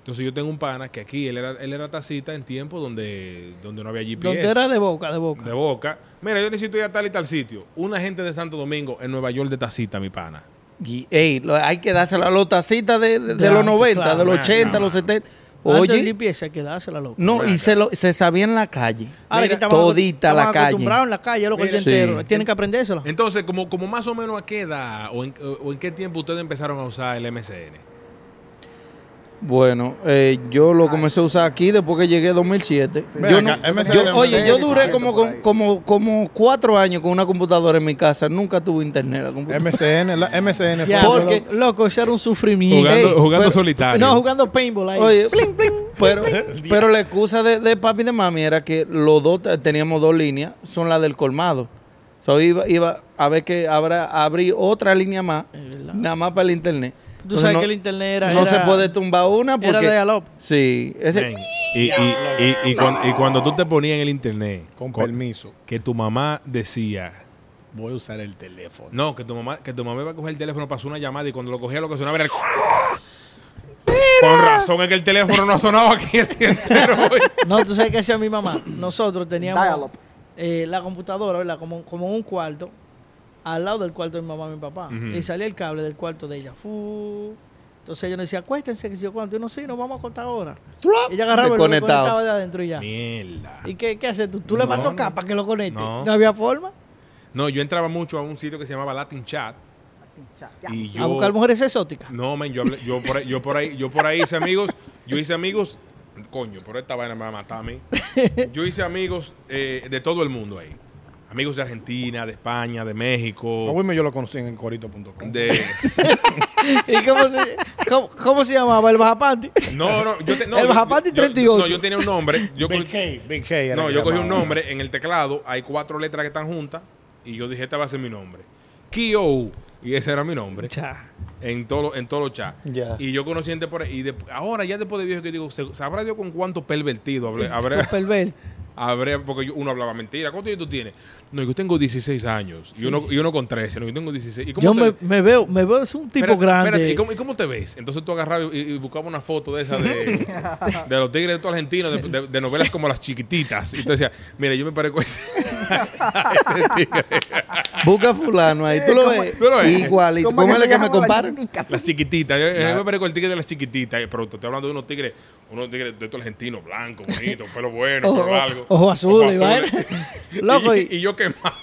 [SPEAKER 1] Entonces yo tengo un pana que aquí él era, él era tacita en tiempos donde, donde no había GPS.
[SPEAKER 2] Donde era de boca, de boca.
[SPEAKER 1] De boca. Mira, yo necesito ir a tal y tal sitio. Una gente de Santo Domingo en Nueva York de tacita, mi pana.
[SPEAKER 3] Y, ey, lo- hay que dársela a los tacitas de, de- de
[SPEAKER 2] De
[SPEAKER 3] los
[SPEAKER 2] antes,
[SPEAKER 3] 90,
[SPEAKER 2] claro.
[SPEAKER 3] de los 80,
[SPEAKER 1] Nah,
[SPEAKER 3] los 70.
[SPEAKER 2] Antes del
[SPEAKER 3] Oye,
[SPEAKER 2] GPS hay que dársela, loco.
[SPEAKER 3] no, y
[SPEAKER 1] Nah,
[SPEAKER 3] se, lo, se sabía en la calle.
[SPEAKER 2] Ahora que estamos
[SPEAKER 3] todita
[SPEAKER 2] acostum-
[SPEAKER 3] la
[SPEAKER 2] estamos
[SPEAKER 3] calle.
[SPEAKER 2] acostumbrados en la calle, loco, el día
[SPEAKER 3] Mira.
[SPEAKER 2] entero.
[SPEAKER 3] Sí.
[SPEAKER 2] Tienen que aprendérsela.
[SPEAKER 1] Entonces, como, como más o menos a qué edad o en, o en qué tiempo ustedes empezaron a usar el MCN?
[SPEAKER 3] Bueno, eh, yo lo comencé a usar aquí después que llegué en 2007.
[SPEAKER 5] Ven
[SPEAKER 3] Yo no-
[SPEAKER 4] acá, MSN,
[SPEAKER 3] yo- oye, yo
[SPEAKER 5] MSN,
[SPEAKER 3] duré como,
[SPEAKER 5] por ahí.
[SPEAKER 3] como, como, cuatro años con una computadora en mi casa. Nunca tuve internet. La computadora.
[SPEAKER 4] MCN, la MCN.
[SPEAKER 2] Ya,
[SPEAKER 4] fue-
[SPEAKER 3] Porque-
[SPEAKER 2] lo- loco, eso era un sufrimiento.
[SPEAKER 1] Jugando,
[SPEAKER 3] Ey,
[SPEAKER 1] jugando
[SPEAKER 3] pero-
[SPEAKER 1] solitario.
[SPEAKER 2] No, jugando paintball ahí.
[SPEAKER 3] Oye,
[SPEAKER 2] Pling, pling.
[SPEAKER 3] pero, pero la excusa de, de papi y de mami era que los dos te- teníamos dos líneas, son las del colmado. So, iba, iba a ver que habrá abrir otra línea más,
[SPEAKER 2] Es verdad.
[SPEAKER 3] nada más para el internet.
[SPEAKER 2] Tú
[SPEAKER 3] Entonces,
[SPEAKER 2] sabes
[SPEAKER 3] no-
[SPEAKER 2] que el internet era...
[SPEAKER 3] No
[SPEAKER 2] era-
[SPEAKER 3] se puede tumbar una
[SPEAKER 2] Era
[SPEAKER 3] porque...
[SPEAKER 2] de Alop.
[SPEAKER 3] sí, ese-
[SPEAKER 1] Ven, y, y- y- y cuan- y cuando tú te ponías en el internet,
[SPEAKER 4] Con
[SPEAKER 1] con-
[SPEAKER 4] permiso,
[SPEAKER 1] que tu mamá decía,
[SPEAKER 4] voy a usar el teléfono.
[SPEAKER 1] No, que tu mamá, que tu mamá iba a coger el teléfono para hacer una llamada y cuando lo cogía lo que sonaba era el... Con razón es que el teléfono no ha sonado aquí el día entero hoy.
[SPEAKER 2] No, tú sabes qué hacía mi mamá. Nosotros teníamos
[SPEAKER 5] Dial-up.
[SPEAKER 2] eh, la computadora, ¿verdad? Como, como en un cuarto, al lado del cuarto de mi mamá y mi papá.
[SPEAKER 1] Ujú.
[SPEAKER 2] Y salía el cable del cuarto de ella. Fu. Entonces ella nos decía, acuéstense, que si yo cuánto. Y no, sí, nos vamos a acostar ahora. Ella agarraba el lo
[SPEAKER 3] Desconectado.
[SPEAKER 2] conectaba de adentro y ya.
[SPEAKER 1] Mierda.
[SPEAKER 2] ¿Y qué, qué haces tú? ¿Tú le vas a
[SPEAKER 1] No,
[SPEAKER 2] tocar
[SPEAKER 1] no.
[SPEAKER 2] para que lo conecte? No.
[SPEAKER 1] No.
[SPEAKER 2] había forma.
[SPEAKER 1] No, yo entraba mucho a un sitio que se llamaba Latin Chat
[SPEAKER 5] pincha, ya.
[SPEAKER 1] y
[SPEAKER 2] A
[SPEAKER 1] yo
[SPEAKER 2] buscar mujeres exóticas.
[SPEAKER 1] No, men, yo, hablé- yo por ahí, yo por ahí, yo por ahí hice amigos, yo hice amigos, coño, por esta vaina me va a matar a mí. Yo hice amigos eh, de todo el mundo ahí. Amigos de Argentina, de España, de
[SPEAKER 4] A
[SPEAKER 1] México,
[SPEAKER 4] Wilmer yo lo conocí en corito.com.
[SPEAKER 1] de
[SPEAKER 2] ¿Y cómo se, cómo, cómo se llamaba el bajapanti?
[SPEAKER 1] No, no, yo te- no,
[SPEAKER 2] El
[SPEAKER 1] yo-
[SPEAKER 2] Bajapati
[SPEAKER 1] yo- yo-
[SPEAKER 2] 38.
[SPEAKER 1] No, yo tenía un nombre. Yo
[SPEAKER 6] Big
[SPEAKER 1] cogí,
[SPEAKER 6] K, Big K. era
[SPEAKER 1] no,
[SPEAKER 6] que
[SPEAKER 1] yo cogí
[SPEAKER 6] llamaba.
[SPEAKER 1] un nombre en el teclado. Hay cuatro letras que están juntas. Y yo dije, este va a ser mi nombre. Kyo. Y ese era mi nombre.
[SPEAKER 2] Cha.
[SPEAKER 1] En todos los en todos los chats.
[SPEAKER 3] Ya.
[SPEAKER 1] Y yo conocí gente por ahí. Y de- ahora, ya después de viejo, que digo, se- ¿sabrá Dios con cuánto pervertido habré? habré-
[SPEAKER 2] Con perver-
[SPEAKER 1] habré- porque yo- uno hablaba mentira. ¿Cuántos años tú tienes? No, yo tengo 16 años. Y, uno, y uno con 13. No, yo tengo 16. ¿Y cómo
[SPEAKER 2] Yo
[SPEAKER 1] te-
[SPEAKER 2] me, me veo, me veo es un tipo
[SPEAKER 1] Espérate,
[SPEAKER 2] grande.
[SPEAKER 1] espérate, ¿y, cómo, y cómo te ves? Entonces tú agarrabas y, y buscabas una foto de esa de, de los tigres de todo argentino, de, de- de novelas como las chiquititas. Y tú decías, mira, yo me parezco a ese, a ese tigre.
[SPEAKER 3] Busca a fulano ahí, tú lo ves.
[SPEAKER 1] ¿Tú lo ves?
[SPEAKER 3] Igualito.
[SPEAKER 5] ¿Cómo
[SPEAKER 3] ¿Cómo es
[SPEAKER 5] se
[SPEAKER 3] el que
[SPEAKER 5] llaman
[SPEAKER 3] me
[SPEAKER 5] las
[SPEAKER 3] comparan?
[SPEAKER 5] chicas?
[SPEAKER 1] Las chiquititas. Yo, yo me parezco al tigre de las chiquititas. eh, Pero te estoy hablando de unos tigres, unos tigres de todo argentino, blanco, bonito, pelo bueno,
[SPEAKER 2] Ojo-
[SPEAKER 1] pelo largo.
[SPEAKER 2] ojo azul, y
[SPEAKER 1] azules.
[SPEAKER 2] vaina. Loco, y-
[SPEAKER 1] y, y yo quemado.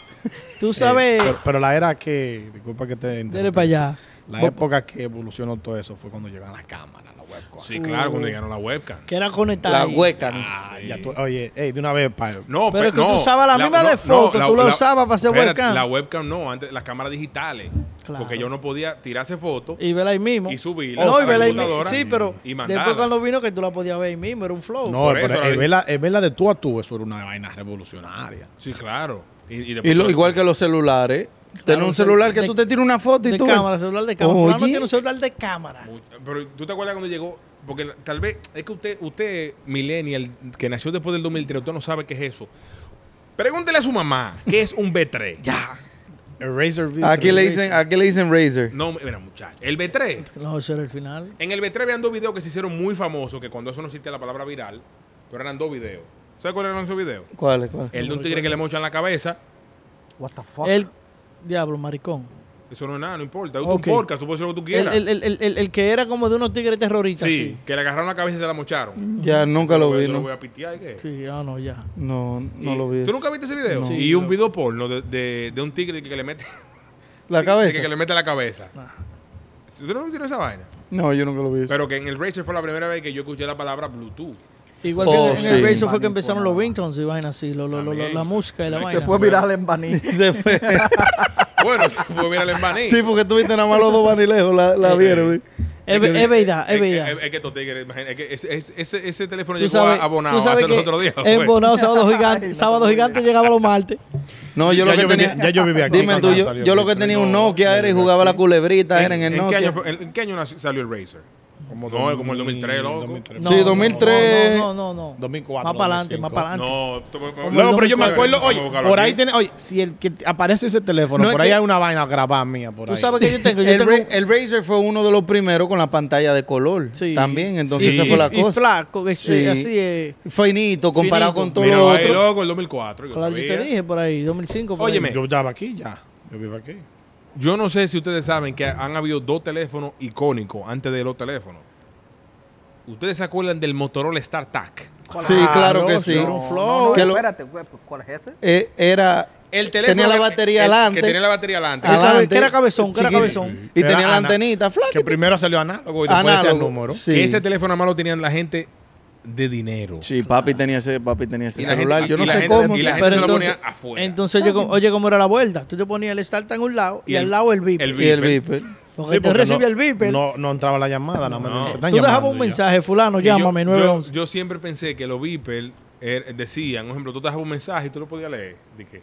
[SPEAKER 2] Tú sabes,
[SPEAKER 4] Eh, Pero, pero la era que, disculpa que te
[SPEAKER 2] dele
[SPEAKER 4] interrumpa.
[SPEAKER 2] para allá.
[SPEAKER 4] La
[SPEAKER 2] Bo-
[SPEAKER 4] época que evolucionó todo eso fue cuando llegaron las cámaras, la webcam.
[SPEAKER 1] Sí, claro,
[SPEAKER 2] Uh.
[SPEAKER 1] cuando llegaron la webcam.
[SPEAKER 2] Que era conectado.
[SPEAKER 3] Las
[SPEAKER 2] ahí.
[SPEAKER 3] webcams.
[SPEAKER 1] Ah,
[SPEAKER 4] Ya tú- oye, ey, de una vez, pa-
[SPEAKER 1] No, pues,
[SPEAKER 2] Pero es que
[SPEAKER 1] no,
[SPEAKER 2] tú usabas la misma de foto, tú la usabas para hacer
[SPEAKER 1] espérate,
[SPEAKER 2] webcam.
[SPEAKER 1] La webcam no, antes las cámaras digitales.
[SPEAKER 2] Claro.
[SPEAKER 1] Porque yo no podía tirarse fotos
[SPEAKER 2] Y verla ahí mismo.
[SPEAKER 1] y subirla
[SPEAKER 2] No,
[SPEAKER 1] a
[SPEAKER 2] y
[SPEAKER 1] la
[SPEAKER 2] verla ahí mismo.
[SPEAKER 1] computadora
[SPEAKER 2] Sí, pero
[SPEAKER 1] y mandarla.
[SPEAKER 2] después cuando vino que tú la podías ver ahí mismo, era un flow.
[SPEAKER 4] No,
[SPEAKER 1] por eso
[SPEAKER 4] pero
[SPEAKER 1] la
[SPEAKER 4] el
[SPEAKER 1] vi.
[SPEAKER 4] verla, el verla de tú a tú, eso era una vaina revolucionaria.
[SPEAKER 1] Sí, claro. Y, y después-
[SPEAKER 3] Y lo, igual que los celulares. Tener un
[SPEAKER 2] un cel-
[SPEAKER 3] celular que
[SPEAKER 2] de-
[SPEAKER 3] tú te tiras una foto y
[SPEAKER 2] de
[SPEAKER 3] tú. ves.
[SPEAKER 2] cámara, celular de cámara. Fulano
[SPEAKER 3] Oye.
[SPEAKER 2] tiene un celular de cámara.
[SPEAKER 1] Pero tú te acuerdas cuando llegó, porque la- tal vez es que usted, usted millennial, que nació después del 2003, usted no sabe qué es eso. Pregúntele a su mamá, ¿qué es un B3? ya.
[SPEAKER 4] El Razer V3,
[SPEAKER 3] Aquí le dicen, aquí le dicen Razer.
[SPEAKER 1] No, mira, muchacho. El B3.
[SPEAKER 2] No, eso era el final.
[SPEAKER 1] En el B3 vean dos videos que se hicieron muy famosos, que cuando eso no existía la palabra viral, pero eran dos videos. ¿Sabes cuáles eran esos videos?
[SPEAKER 3] ¿Cuál es? ¿Cuál?
[SPEAKER 1] El de un tigre que le mochan la cabeza.
[SPEAKER 5] What the fuck?
[SPEAKER 2] El diablo, maricón.
[SPEAKER 1] Eso no es nada, no importa. Es
[SPEAKER 2] Ok.
[SPEAKER 1] un podcast, tú puedes hacer lo que tú
[SPEAKER 2] El,
[SPEAKER 1] quieras.
[SPEAKER 2] el- el- el- el- el que era como de unos tigres terroristas.
[SPEAKER 1] sí,
[SPEAKER 2] Sí.
[SPEAKER 1] que le agarraron la cabeza y se la mocharon.
[SPEAKER 3] Ya nunca lo
[SPEAKER 1] Yo
[SPEAKER 3] vi,
[SPEAKER 1] lo voy
[SPEAKER 3] ¿no?
[SPEAKER 1] a pitear, ¿y qué?
[SPEAKER 2] Sí, ah, no, ya.
[SPEAKER 3] No, no
[SPEAKER 1] Y-
[SPEAKER 3] lo vi.
[SPEAKER 1] ¿Tú nunca viste ese video?
[SPEAKER 2] No.
[SPEAKER 1] y un
[SPEAKER 2] No.
[SPEAKER 1] video porno de, de- de un tigre que, que le mete
[SPEAKER 3] ¿La
[SPEAKER 1] que,
[SPEAKER 3] cabeza?
[SPEAKER 1] que le mete la cabeza.
[SPEAKER 2] Nah.
[SPEAKER 1] ¿Tú no viste esa vaina?
[SPEAKER 3] No, yo nunca lo vi. eso.
[SPEAKER 1] Pero que en el Racer fue la primera vez que yo escuché la palabra Bluetooth.
[SPEAKER 2] Igual
[SPEAKER 3] Oh,
[SPEAKER 2] que en el
[SPEAKER 3] sí.
[SPEAKER 2] Razor fue
[SPEAKER 5] Mal
[SPEAKER 2] que empezaron los
[SPEAKER 5] informado.
[SPEAKER 2] ringtones y vaina así, lo- lo- lo-
[SPEAKER 1] También.
[SPEAKER 2] la música y la
[SPEAKER 1] Se
[SPEAKER 5] se
[SPEAKER 2] vaina.
[SPEAKER 5] fue viral en Baní.
[SPEAKER 3] Se fue.
[SPEAKER 1] Bueno, se fue viral en Baní.
[SPEAKER 3] Sí, porque tú viste nada más los dos vanilejos, la, la
[SPEAKER 1] Sí.
[SPEAKER 3] vieron. ¿eh? güey.
[SPEAKER 2] Es,
[SPEAKER 1] que-
[SPEAKER 2] ve- es verdad, es
[SPEAKER 1] que-
[SPEAKER 2] verdad.
[SPEAKER 1] Es, que estos tigres, imagínate, es que ese, ese- ese- ese teléfono
[SPEAKER 2] Tú
[SPEAKER 1] llegó
[SPEAKER 2] sabes,
[SPEAKER 1] a abonado
[SPEAKER 2] tú sabes
[SPEAKER 1] hace
[SPEAKER 2] que
[SPEAKER 1] los otros días. pues.
[SPEAKER 2] en
[SPEAKER 1] fue.
[SPEAKER 2] Bonao, sábado gigante,
[SPEAKER 5] Ay, no,
[SPEAKER 2] sábado
[SPEAKER 5] no,
[SPEAKER 2] gigante
[SPEAKER 5] no.
[SPEAKER 2] llegaba los martes.
[SPEAKER 3] No, yo
[SPEAKER 4] Ya
[SPEAKER 3] lo que
[SPEAKER 4] yo
[SPEAKER 3] tenía.
[SPEAKER 4] vivía- ya yo vivía aquí,
[SPEAKER 3] Dime tú,
[SPEAKER 4] cuando
[SPEAKER 3] yo,
[SPEAKER 4] salió
[SPEAKER 3] yo
[SPEAKER 4] el
[SPEAKER 3] lo que
[SPEAKER 4] Play
[SPEAKER 3] tenía un
[SPEAKER 4] dos,
[SPEAKER 3] Nokia
[SPEAKER 4] Play
[SPEAKER 3] era y
[SPEAKER 4] dos.
[SPEAKER 3] jugaba la culebrita, era en el
[SPEAKER 1] ¿En qué, año
[SPEAKER 3] Nokia.
[SPEAKER 1] fue- en- en qué año nació- salió el Racer?
[SPEAKER 4] Como
[SPEAKER 1] No, como el 2003, loco.
[SPEAKER 4] 2003.
[SPEAKER 2] No,
[SPEAKER 3] Sí,
[SPEAKER 2] no,
[SPEAKER 3] 2003.
[SPEAKER 2] No, no, no. no.
[SPEAKER 4] 2004,
[SPEAKER 2] Más para adelante,
[SPEAKER 4] 2005.
[SPEAKER 2] más para adelante.
[SPEAKER 1] No, tú-
[SPEAKER 4] Luego, pero yo me
[SPEAKER 1] Vamos a
[SPEAKER 4] acuerdo, oye,
[SPEAKER 1] buscarlo
[SPEAKER 4] por ahí
[SPEAKER 1] aquí.
[SPEAKER 4] tiene, oye, si el que aparece ese teléfono,
[SPEAKER 3] No, es
[SPEAKER 4] por ahí
[SPEAKER 3] que-
[SPEAKER 4] hay una vaina grabada mía por
[SPEAKER 2] Tú
[SPEAKER 4] ahí.
[SPEAKER 2] sabes que yo tengo. Yo
[SPEAKER 3] El,
[SPEAKER 2] tengo
[SPEAKER 3] Ra- el Razer fue uno de los primeros con la pantalla de color.
[SPEAKER 2] Sí.
[SPEAKER 3] También, entonces
[SPEAKER 1] Sí.
[SPEAKER 3] esa fue la
[SPEAKER 2] y
[SPEAKER 3] cosa.
[SPEAKER 2] flaco, que
[SPEAKER 3] Sí.
[SPEAKER 2] sí, así es.
[SPEAKER 3] Finito comparado
[SPEAKER 2] Finito.
[SPEAKER 3] con todo
[SPEAKER 1] Mira,
[SPEAKER 3] lo
[SPEAKER 1] ahí,
[SPEAKER 3] otro.
[SPEAKER 1] loco, el 2004. yo
[SPEAKER 2] Claro, yo te
[SPEAKER 1] sabía.
[SPEAKER 2] dije por ahí, 2005. por ahí.
[SPEAKER 1] Óyeme.
[SPEAKER 4] Yo estaba aquí ya. Yo vivo aquí.
[SPEAKER 2] Ah,
[SPEAKER 1] Yo no sé si ustedes saben que han habido dos teléfonos icónicos antes de los teléfonos. ¿Ustedes se acuerdan del Motorola StarTAC?
[SPEAKER 3] Sí, claro que sí.
[SPEAKER 2] Era un flow.
[SPEAKER 5] No, no,
[SPEAKER 3] Que lo-
[SPEAKER 5] espérate, güey, pues, ¿cuál es ese?
[SPEAKER 3] Eh, era.
[SPEAKER 1] El teléfono
[SPEAKER 3] Tenía la
[SPEAKER 1] que-
[SPEAKER 3] batería
[SPEAKER 1] el-
[SPEAKER 3] adelante.
[SPEAKER 1] Que tenía la batería adelante.
[SPEAKER 2] Ah,
[SPEAKER 3] adelante,
[SPEAKER 2] que era cabezón, que era
[SPEAKER 3] chiquito,
[SPEAKER 2] cabezón.
[SPEAKER 3] Y
[SPEAKER 4] Era
[SPEAKER 3] tenía la
[SPEAKER 4] ana-
[SPEAKER 3] antenita,
[SPEAKER 4] Que
[SPEAKER 3] flaca.
[SPEAKER 4] primero salió análogo y después decía
[SPEAKER 3] Análogo.
[SPEAKER 4] número.
[SPEAKER 3] Sí.
[SPEAKER 1] Que ese teléfono más lo tenían la gente de dinero.
[SPEAKER 3] Sí, papi tenía ese, papi tenía ese
[SPEAKER 1] Y la
[SPEAKER 3] celular.
[SPEAKER 1] gente-
[SPEAKER 3] yo
[SPEAKER 1] y
[SPEAKER 3] no
[SPEAKER 1] la
[SPEAKER 3] sé
[SPEAKER 1] gente- y la
[SPEAKER 3] cómo. sí.
[SPEAKER 1] gente
[SPEAKER 2] Pero
[SPEAKER 1] se lo ponía
[SPEAKER 2] entonces-
[SPEAKER 1] afuera.
[SPEAKER 2] Entonces, yo, como- oye, ¿cómo era la vuelta? Tú te ponías el starter en un lado y,
[SPEAKER 1] Y el-
[SPEAKER 2] al lado el VIP.
[SPEAKER 1] el
[SPEAKER 3] Y el
[SPEAKER 1] beeper.
[SPEAKER 3] beeper.
[SPEAKER 2] Porque te
[SPEAKER 4] Sí, porque
[SPEAKER 2] recibía
[SPEAKER 4] no-
[SPEAKER 2] el VIP.
[SPEAKER 4] No, no entraba la llamada, nada más.
[SPEAKER 1] No.
[SPEAKER 4] te
[SPEAKER 2] tú
[SPEAKER 4] están
[SPEAKER 2] dejabas
[SPEAKER 4] llamando
[SPEAKER 2] un
[SPEAKER 4] ya.
[SPEAKER 2] mensaje, fulano,
[SPEAKER 1] Que yo-
[SPEAKER 2] llámame,
[SPEAKER 1] yo,
[SPEAKER 2] 911.
[SPEAKER 1] Yo, siempre pensé que los Viper decían, por ejemplo, tú te dejabas un mensaje y tú lo podías leer. Dije,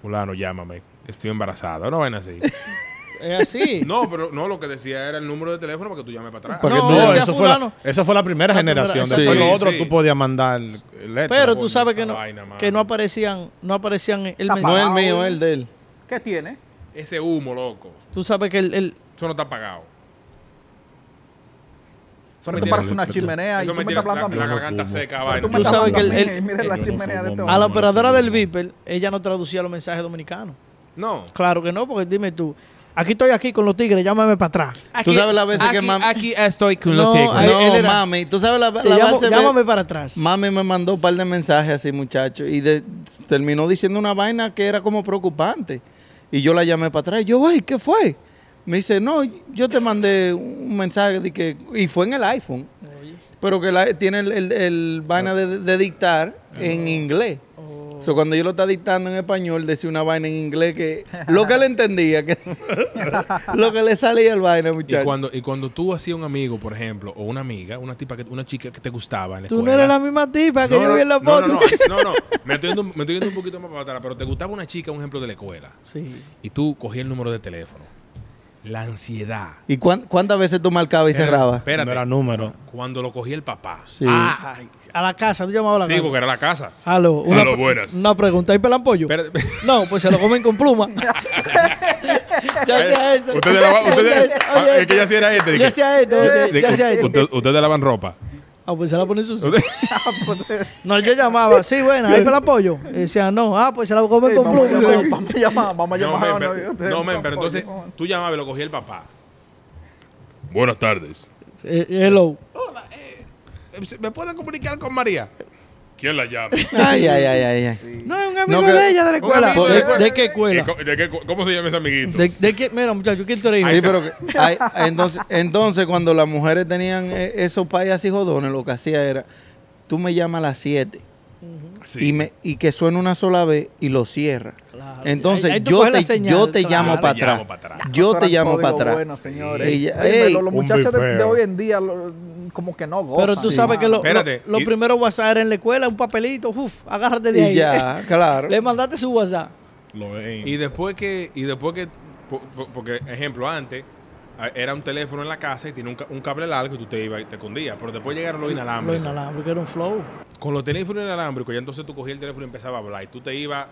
[SPEAKER 1] fulano, llámame, estoy embarazada. Una vaina así.
[SPEAKER 2] Es así.
[SPEAKER 1] no, pero no, lo que decía era el número de teléfono para que tú llames para atrás.
[SPEAKER 2] Para
[SPEAKER 4] Que
[SPEAKER 2] No,
[SPEAKER 4] no,
[SPEAKER 2] decía
[SPEAKER 4] eso fue la,
[SPEAKER 2] fulano.
[SPEAKER 4] esa fue la primera
[SPEAKER 2] La primera,
[SPEAKER 4] generación.
[SPEAKER 2] sí.
[SPEAKER 4] Después
[SPEAKER 1] Sí,
[SPEAKER 4] lo otro
[SPEAKER 1] sí.
[SPEAKER 4] tú podías mandar letras.
[SPEAKER 2] Pero
[SPEAKER 1] Coño,
[SPEAKER 2] tú sabes que
[SPEAKER 1] esa
[SPEAKER 2] no,
[SPEAKER 1] vaina, mano.
[SPEAKER 2] que no aparecían, no aparecían el
[SPEAKER 5] Está
[SPEAKER 3] No
[SPEAKER 2] mensaje.
[SPEAKER 3] el mío, el de él.
[SPEAKER 5] ¿Qué tiene?
[SPEAKER 1] Ese humo, loco.
[SPEAKER 2] Tú sabes que el, el-
[SPEAKER 1] Eso no está apagado. Eso
[SPEAKER 5] Pero
[SPEAKER 1] me
[SPEAKER 5] tú
[SPEAKER 1] tiene-
[SPEAKER 5] pareces una chimenea y
[SPEAKER 1] Eso
[SPEAKER 5] tú me
[SPEAKER 1] me
[SPEAKER 5] estás
[SPEAKER 1] tiene
[SPEAKER 5] hablando a mí.
[SPEAKER 1] la, la
[SPEAKER 4] Yo no
[SPEAKER 1] garganta
[SPEAKER 4] fumo.
[SPEAKER 1] seca,
[SPEAKER 5] Pero
[SPEAKER 1] vaina.
[SPEAKER 5] tú me
[SPEAKER 2] Tú
[SPEAKER 5] estás
[SPEAKER 2] sabes
[SPEAKER 5] hablando a
[SPEAKER 2] que
[SPEAKER 5] mí
[SPEAKER 2] el-
[SPEAKER 5] y mira
[SPEAKER 4] el-
[SPEAKER 5] la
[SPEAKER 4] Yo no
[SPEAKER 5] chimenea de
[SPEAKER 4] fumo,
[SPEAKER 5] todo.
[SPEAKER 4] no.
[SPEAKER 2] a la
[SPEAKER 4] me
[SPEAKER 2] operadora
[SPEAKER 4] entiendo.
[SPEAKER 2] del Viper, ella no traducía los mensajes dominicanos.
[SPEAKER 1] No.
[SPEAKER 2] Claro que no, porque dime tú, aquí estoy aquí con los tigres, llámame para atrás.
[SPEAKER 3] Tú sabes las veces que mami.
[SPEAKER 7] Aquí estoy con
[SPEAKER 2] No,
[SPEAKER 7] los chicos.
[SPEAKER 2] ahí- él
[SPEAKER 3] No,
[SPEAKER 2] era-
[SPEAKER 3] mami. Tú sabes la,
[SPEAKER 2] Te
[SPEAKER 3] la
[SPEAKER 2] llamo-
[SPEAKER 3] base-
[SPEAKER 2] llámame para atrás.
[SPEAKER 3] Mami me mandó un par de mensajes así, muchacho, y de- terminó diciendo una vaina que era como preocupante. Y yo la llamé para atrás. y Yo, ay, ¿qué fue? Me dice, no, yo te mandé un mensaje de que, y fue en el iPhone, pero que la- tiene el, el- el vaina de, de dictar en inglés.
[SPEAKER 2] Oh. Oh.
[SPEAKER 3] So, cuando yo lo estaba dictando en español, decía una vaina en inglés que lo que le entendía, que lo que le salía el vaina,
[SPEAKER 1] Y
[SPEAKER 3] muchacho.
[SPEAKER 1] cuando, y cuando tú hacías un amigo, por ejemplo, o una amiga, una tipa que, una chica que te gustaba en la
[SPEAKER 2] Tú no
[SPEAKER 1] escuela.
[SPEAKER 2] eres la misma tipa que
[SPEAKER 1] No,
[SPEAKER 2] yo
[SPEAKER 1] no,
[SPEAKER 2] vi en la
[SPEAKER 1] no,
[SPEAKER 2] foto.
[SPEAKER 1] No, no, no, no. Me estoy yendo, me estoy yendo un poquito más para atrás, pero te gustaba una chica, un ejemplo de la escuela,
[SPEAKER 2] Sí.
[SPEAKER 1] y tú cogías el número de teléfono. La ansiedad.
[SPEAKER 3] ¿Y cuán- cuántas veces tú marcabas y cerrabas?
[SPEAKER 1] Espérate.
[SPEAKER 4] No era número.
[SPEAKER 1] Cuando lo cogía el papá. Sí,
[SPEAKER 3] Sí.
[SPEAKER 2] Ah, a la casa, tú llamabas a la casa.
[SPEAKER 1] porque era la casa.
[SPEAKER 2] Aló, una,
[SPEAKER 1] Aló,
[SPEAKER 2] pre-
[SPEAKER 1] buenas.
[SPEAKER 2] una pregunta, ¿hay pelan pollo?
[SPEAKER 1] Espérate.
[SPEAKER 2] No, pues se lo comen con pluma. ya hacía eso.
[SPEAKER 1] Eh, Ustedes lavaban- ustedes-
[SPEAKER 2] Oye,
[SPEAKER 1] ah,
[SPEAKER 2] oye,
[SPEAKER 1] es que ya hacía era este, de
[SPEAKER 2] Ya
[SPEAKER 1] que-
[SPEAKER 2] hacía esto, oye,
[SPEAKER 1] de
[SPEAKER 2] ya
[SPEAKER 1] que-
[SPEAKER 2] hacía esto.
[SPEAKER 1] usted- Ustedes lavan ropa.
[SPEAKER 2] Ah, pues se la ponen sucia.
[SPEAKER 1] Ustedes-
[SPEAKER 2] No, yo llamaba, sí, bueno, ¿hay pelan pollo? Y decía, no, ah, pues se la comen
[SPEAKER 5] Ey,
[SPEAKER 2] con
[SPEAKER 5] vamos, a
[SPEAKER 2] pluma.
[SPEAKER 5] llamar, vamos a llamar, vamos
[SPEAKER 1] No,
[SPEAKER 5] a llamar.
[SPEAKER 1] men, pero,
[SPEAKER 5] Ustedes
[SPEAKER 1] no, men,
[SPEAKER 5] son
[SPEAKER 1] pero entonces
[SPEAKER 5] pollos.
[SPEAKER 1] tú llamabas y lo cogía el papá. Buenas tardes.
[SPEAKER 2] Eh, hello.
[SPEAKER 1] Hola, eh, ¿me pueden comunicar con María? ¿Quién la llama?
[SPEAKER 3] Ay, ay, ay, ay, ay.
[SPEAKER 2] No, es un amigo
[SPEAKER 3] que-
[SPEAKER 2] de ella de la
[SPEAKER 1] un
[SPEAKER 2] escuela.
[SPEAKER 1] amigo
[SPEAKER 2] ¿De,
[SPEAKER 1] de la escuela.
[SPEAKER 2] de qué escuela?
[SPEAKER 1] ¿Cómo se llama ese amiguito?
[SPEAKER 2] ¿De, de qué? Mira, muchacho, ¿quién tú eres?
[SPEAKER 3] Sí,
[SPEAKER 2] hijo?
[SPEAKER 3] pero que- ay, entonces, entonces cuando las mujeres tenían eh, esos payas así jodones, lo que hacía era, tú me llamas a las 7 y, me, y que suena una sola vez y lo cierra.
[SPEAKER 2] Claro.
[SPEAKER 3] Entonces
[SPEAKER 2] Ahí- ahí tú
[SPEAKER 3] yo,
[SPEAKER 2] coges la
[SPEAKER 3] te,
[SPEAKER 2] señal,
[SPEAKER 3] yo te
[SPEAKER 2] claro.
[SPEAKER 3] llamo para
[SPEAKER 1] Te llamo
[SPEAKER 3] atrás.
[SPEAKER 1] para atrás.
[SPEAKER 3] Yo
[SPEAKER 5] Eso
[SPEAKER 3] te
[SPEAKER 5] era
[SPEAKER 3] llamo
[SPEAKER 5] código
[SPEAKER 3] para atrás.
[SPEAKER 5] Bueno, señores.
[SPEAKER 3] Ey, ya-
[SPEAKER 5] Oye,
[SPEAKER 3] ey,
[SPEAKER 5] los, los
[SPEAKER 4] un
[SPEAKER 5] muchachos de,
[SPEAKER 4] bifeo.
[SPEAKER 5] de hoy en día lo- como que no gozan.
[SPEAKER 2] Pero tú sabes
[SPEAKER 5] mano.
[SPEAKER 2] que lo, lo,
[SPEAKER 1] Espérate,
[SPEAKER 2] lo
[SPEAKER 1] y-
[SPEAKER 2] primero WhatsApp era en la escuela, un papelito, uff, agárrate de ahí.
[SPEAKER 3] Y ya, claro.
[SPEAKER 2] Le mandaste su WhatsApp.
[SPEAKER 4] Lo
[SPEAKER 1] Y después que, y después que, po- po- porque ejemplo, antes a- era un teléfono en la casa y tiene un, ca- un cable largo y tú te ibas y te escondías, pero después llegaron los
[SPEAKER 4] Ah,
[SPEAKER 2] Lo
[SPEAKER 1] inalámbricos.
[SPEAKER 2] inalámbrico era un flow.
[SPEAKER 1] Con los teléfonos inalámbricos, ya entonces tú cogías el teléfono y empezabas a hablar y tú te ibas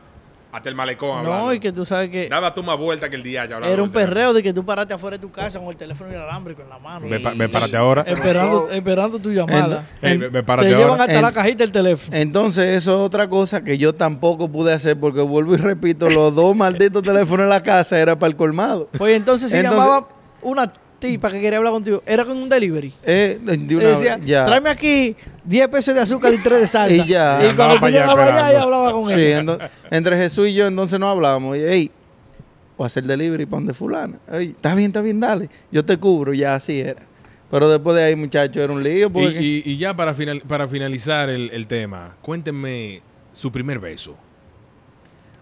[SPEAKER 1] hasta el malecón hablando.
[SPEAKER 2] No, y que tú sabes que
[SPEAKER 1] Daba tú más vuelta que el día ya hablando
[SPEAKER 2] era un
[SPEAKER 1] del teléfono.
[SPEAKER 2] perreo de que tú paraste afuera de tu casa con el teléfono inalámbrico en la mano.
[SPEAKER 1] Ve, pa- ve, párate ahora.
[SPEAKER 2] Esperando, esperando tu llamada.
[SPEAKER 1] Ey, ve- ve, párate
[SPEAKER 2] te llevan
[SPEAKER 1] ahora.
[SPEAKER 2] hasta la
[SPEAKER 3] En-
[SPEAKER 2] cajita del teléfono.
[SPEAKER 3] Entonces, eso es otra cosa que yo tampoco pude hacer porque vuelvo y repito, los dos malditos teléfonos en la casa era para el colmado.
[SPEAKER 2] Pues entonces se
[SPEAKER 3] Entonces-
[SPEAKER 2] llamaba una tipa que quería hablar contigo. Era con un delivery.
[SPEAKER 3] Eh, de
[SPEAKER 2] Y
[SPEAKER 3] una
[SPEAKER 2] decía,
[SPEAKER 3] vez, ya.
[SPEAKER 2] tráeme aquí 10 pesos de azúcar y 3 de salsa.
[SPEAKER 3] Y ya.
[SPEAKER 2] Y
[SPEAKER 3] Andaba
[SPEAKER 2] cuando tú
[SPEAKER 4] para allá
[SPEAKER 2] llegabas allá,
[SPEAKER 4] esperando.
[SPEAKER 2] ella hablaba con
[SPEAKER 3] Sí,
[SPEAKER 2] él.
[SPEAKER 3] ento- entre Jesús y yo entonces no hablábamos. Y, "Ey, o hacer delivery para donde fulana. Ey, Está bien, está bien, dale. Yo te cubro, ya así era. Pero después de ahí, muchacho, era un lío. Porque
[SPEAKER 1] Y, y- y ya para, final, para finalizar el, el tema, cuéntenme su primer beso.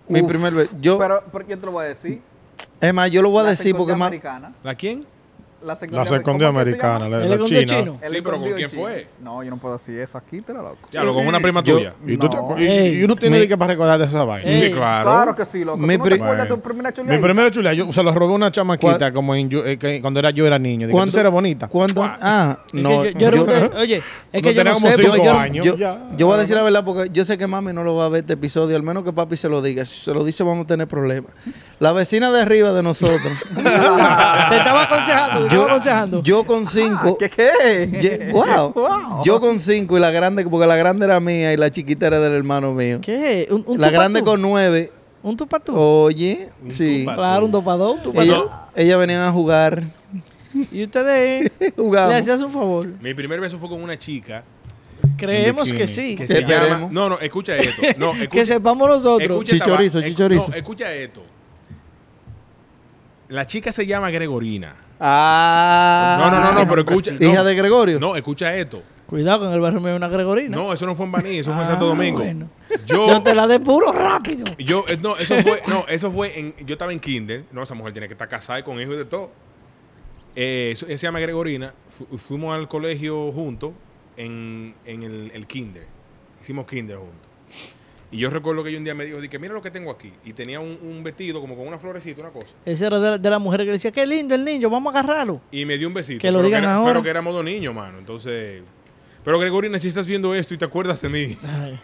[SPEAKER 3] mi
[SPEAKER 5] Uf,
[SPEAKER 3] primer vez. Yo,
[SPEAKER 5] Pero, pero yo te lo voy a decir.
[SPEAKER 3] es más, yo lo voy a
[SPEAKER 5] La
[SPEAKER 3] decir porque
[SPEAKER 5] secundaria
[SPEAKER 3] más.
[SPEAKER 5] americana.
[SPEAKER 1] ¿A quién?
[SPEAKER 5] La
[SPEAKER 4] La
[SPEAKER 5] secundaria
[SPEAKER 4] secundaria
[SPEAKER 5] ¿cómo es que se
[SPEAKER 4] americana,
[SPEAKER 5] llama?
[SPEAKER 4] la,
[SPEAKER 2] ¿El
[SPEAKER 4] la
[SPEAKER 2] escondido
[SPEAKER 4] china.
[SPEAKER 2] chino?
[SPEAKER 1] la-
[SPEAKER 5] El
[SPEAKER 1] Sí, pero ¿con
[SPEAKER 5] escondido
[SPEAKER 1] quién
[SPEAKER 5] chino.
[SPEAKER 1] fue?
[SPEAKER 5] No, yo no puedo decir eso aquí, te la loco.
[SPEAKER 1] Ya, lo con una prima tuya.
[SPEAKER 4] Y, tú te-
[SPEAKER 5] No.
[SPEAKER 4] y-
[SPEAKER 2] Ey.
[SPEAKER 4] y uno tiene
[SPEAKER 3] Mi-
[SPEAKER 4] que para recordarte esa vaina.
[SPEAKER 2] Ey.
[SPEAKER 1] Sí, claro.
[SPEAKER 5] Claro que sí, loco. ¿Tú
[SPEAKER 3] Mi
[SPEAKER 5] no te
[SPEAKER 3] pri-
[SPEAKER 5] acuerdas de tu
[SPEAKER 4] Bueno.
[SPEAKER 5] primera chulea?
[SPEAKER 4] Mi primera chulea, yo se la robé a una chamaquita
[SPEAKER 3] ¿Cuál?
[SPEAKER 4] como en yo- eh, que cuando era yo era niño. Dije,
[SPEAKER 3] ¿Cuándo-
[SPEAKER 4] "Tú eres bonita.
[SPEAKER 3] ¿Cuándo? Ah,
[SPEAKER 2] Es
[SPEAKER 3] no.
[SPEAKER 2] que yo- yo era
[SPEAKER 3] yo-
[SPEAKER 2] un de- oye, es
[SPEAKER 4] No
[SPEAKER 2] que yo no
[SPEAKER 4] tenía como
[SPEAKER 2] sé,
[SPEAKER 4] cinco
[SPEAKER 2] porque yo,
[SPEAKER 4] años.
[SPEAKER 3] Yo,
[SPEAKER 4] Ya,
[SPEAKER 3] yo voy a decir la verdad porque yo sé que mami no lo va a ver este episodio, al menos que papi se lo diga. Si se lo dice vamos a tener problemas. La vecina de arriba de nosotros,
[SPEAKER 2] te estaba aconsejando, te estaba aconsejando.
[SPEAKER 3] yo con cinco,
[SPEAKER 5] Ah, ¿Qué qué?
[SPEAKER 3] ye- wow,
[SPEAKER 5] Wow.
[SPEAKER 3] yo con cinco y la grande, porque la grande era mía y la chiquita era del hermano mío.
[SPEAKER 2] ¿Qué? ¿Un, un
[SPEAKER 3] La
[SPEAKER 2] tú pa'
[SPEAKER 3] grande
[SPEAKER 2] tú?
[SPEAKER 3] con nueve,
[SPEAKER 2] ¿Un tú pa' tú?
[SPEAKER 3] oye, sí.
[SPEAKER 1] tupa.
[SPEAKER 2] Claro, un dopadón, tú pa' tú.
[SPEAKER 3] Ella, ella venían a jugar,
[SPEAKER 2] Y ustedes eh, le
[SPEAKER 3] jugamos.
[SPEAKER 2] hacías un favor.
[SPEAKER 1] Mi primer beso fue con una chica
[SPEAKER 2] Creemos
[SPEAKER 4] bikini.
[SPEAKER 2] que sí.
[SPEAKER 1] que
[SPEAKER 2] Que,
[SPEAKER 1] se llama...
[SPEAKER 3] Esperemos.
[SPEAKER 1] No, no, escucha esto. No, escucha,
[SPEAKER 2] sepamos nosotros.
[SPEAKER 1] escucha esta va-
[SPEAKER 3] Chichorizo,
[SPEAKER 1] escu-
[SPEAKER 3] chichorizo.
[SPEAKER 1] No, escucha esto. La chica se llama Gregorina.
[SPEAKER 3] Ah,
[SPEAKER 1] No, no, no, no, pero escucha. no.
[SPEAKER 3] hija de Gregorio.
[SPEAKER 1] No, escucha esto.
[SPEAKER 2] Cuidado, que en el barrio me hay una Gregorina.
[SPEAKER 1] No, eso no fue en Baní, eso fue en
[SPEAKER 2] Ah,
[SPEAKER 1] Santo Domingo.
[SPEAKER 2] bueno.
[SPEAKER 1] Yo,
[SPEAKER 2] Yo te la de puro rápido.
[SPEAKER 1] yo- eh, no, eso fue, no, eso fue en, yo estaba en kinder, no, esa mujer tiene que estar casada y con hijos y de todo. Eh, eso- ella se llama Gregorina, Fu- fuimos al colegio juntos en, en el, el kinder, hicimos kinder juntos. Y yo recuerdo que yo un día me dijo, dije, mira lo que tengo aquí. Y tenía un, un vestido como con una florecita, una cosa.
[SPEAKER 2] Ese era de la, de la mujer que le decía, qué lindo el niño, vamos a agarrarlo.
[SPEAKER 1] Y me dio un besito.
[SPEAKER 2] Que lo
[SPEAKER 1] pero
[SPEAKER 2] digan
[SPEAKER 1] era-
[SPEAKER 2] ahora.
[SPEAKER 1] Pero que éramos dos niños, mano. Entonces... Pero Gregorina, si estás viendo esto y te acuerdas de mí.
[SPEAKER 2] Ay,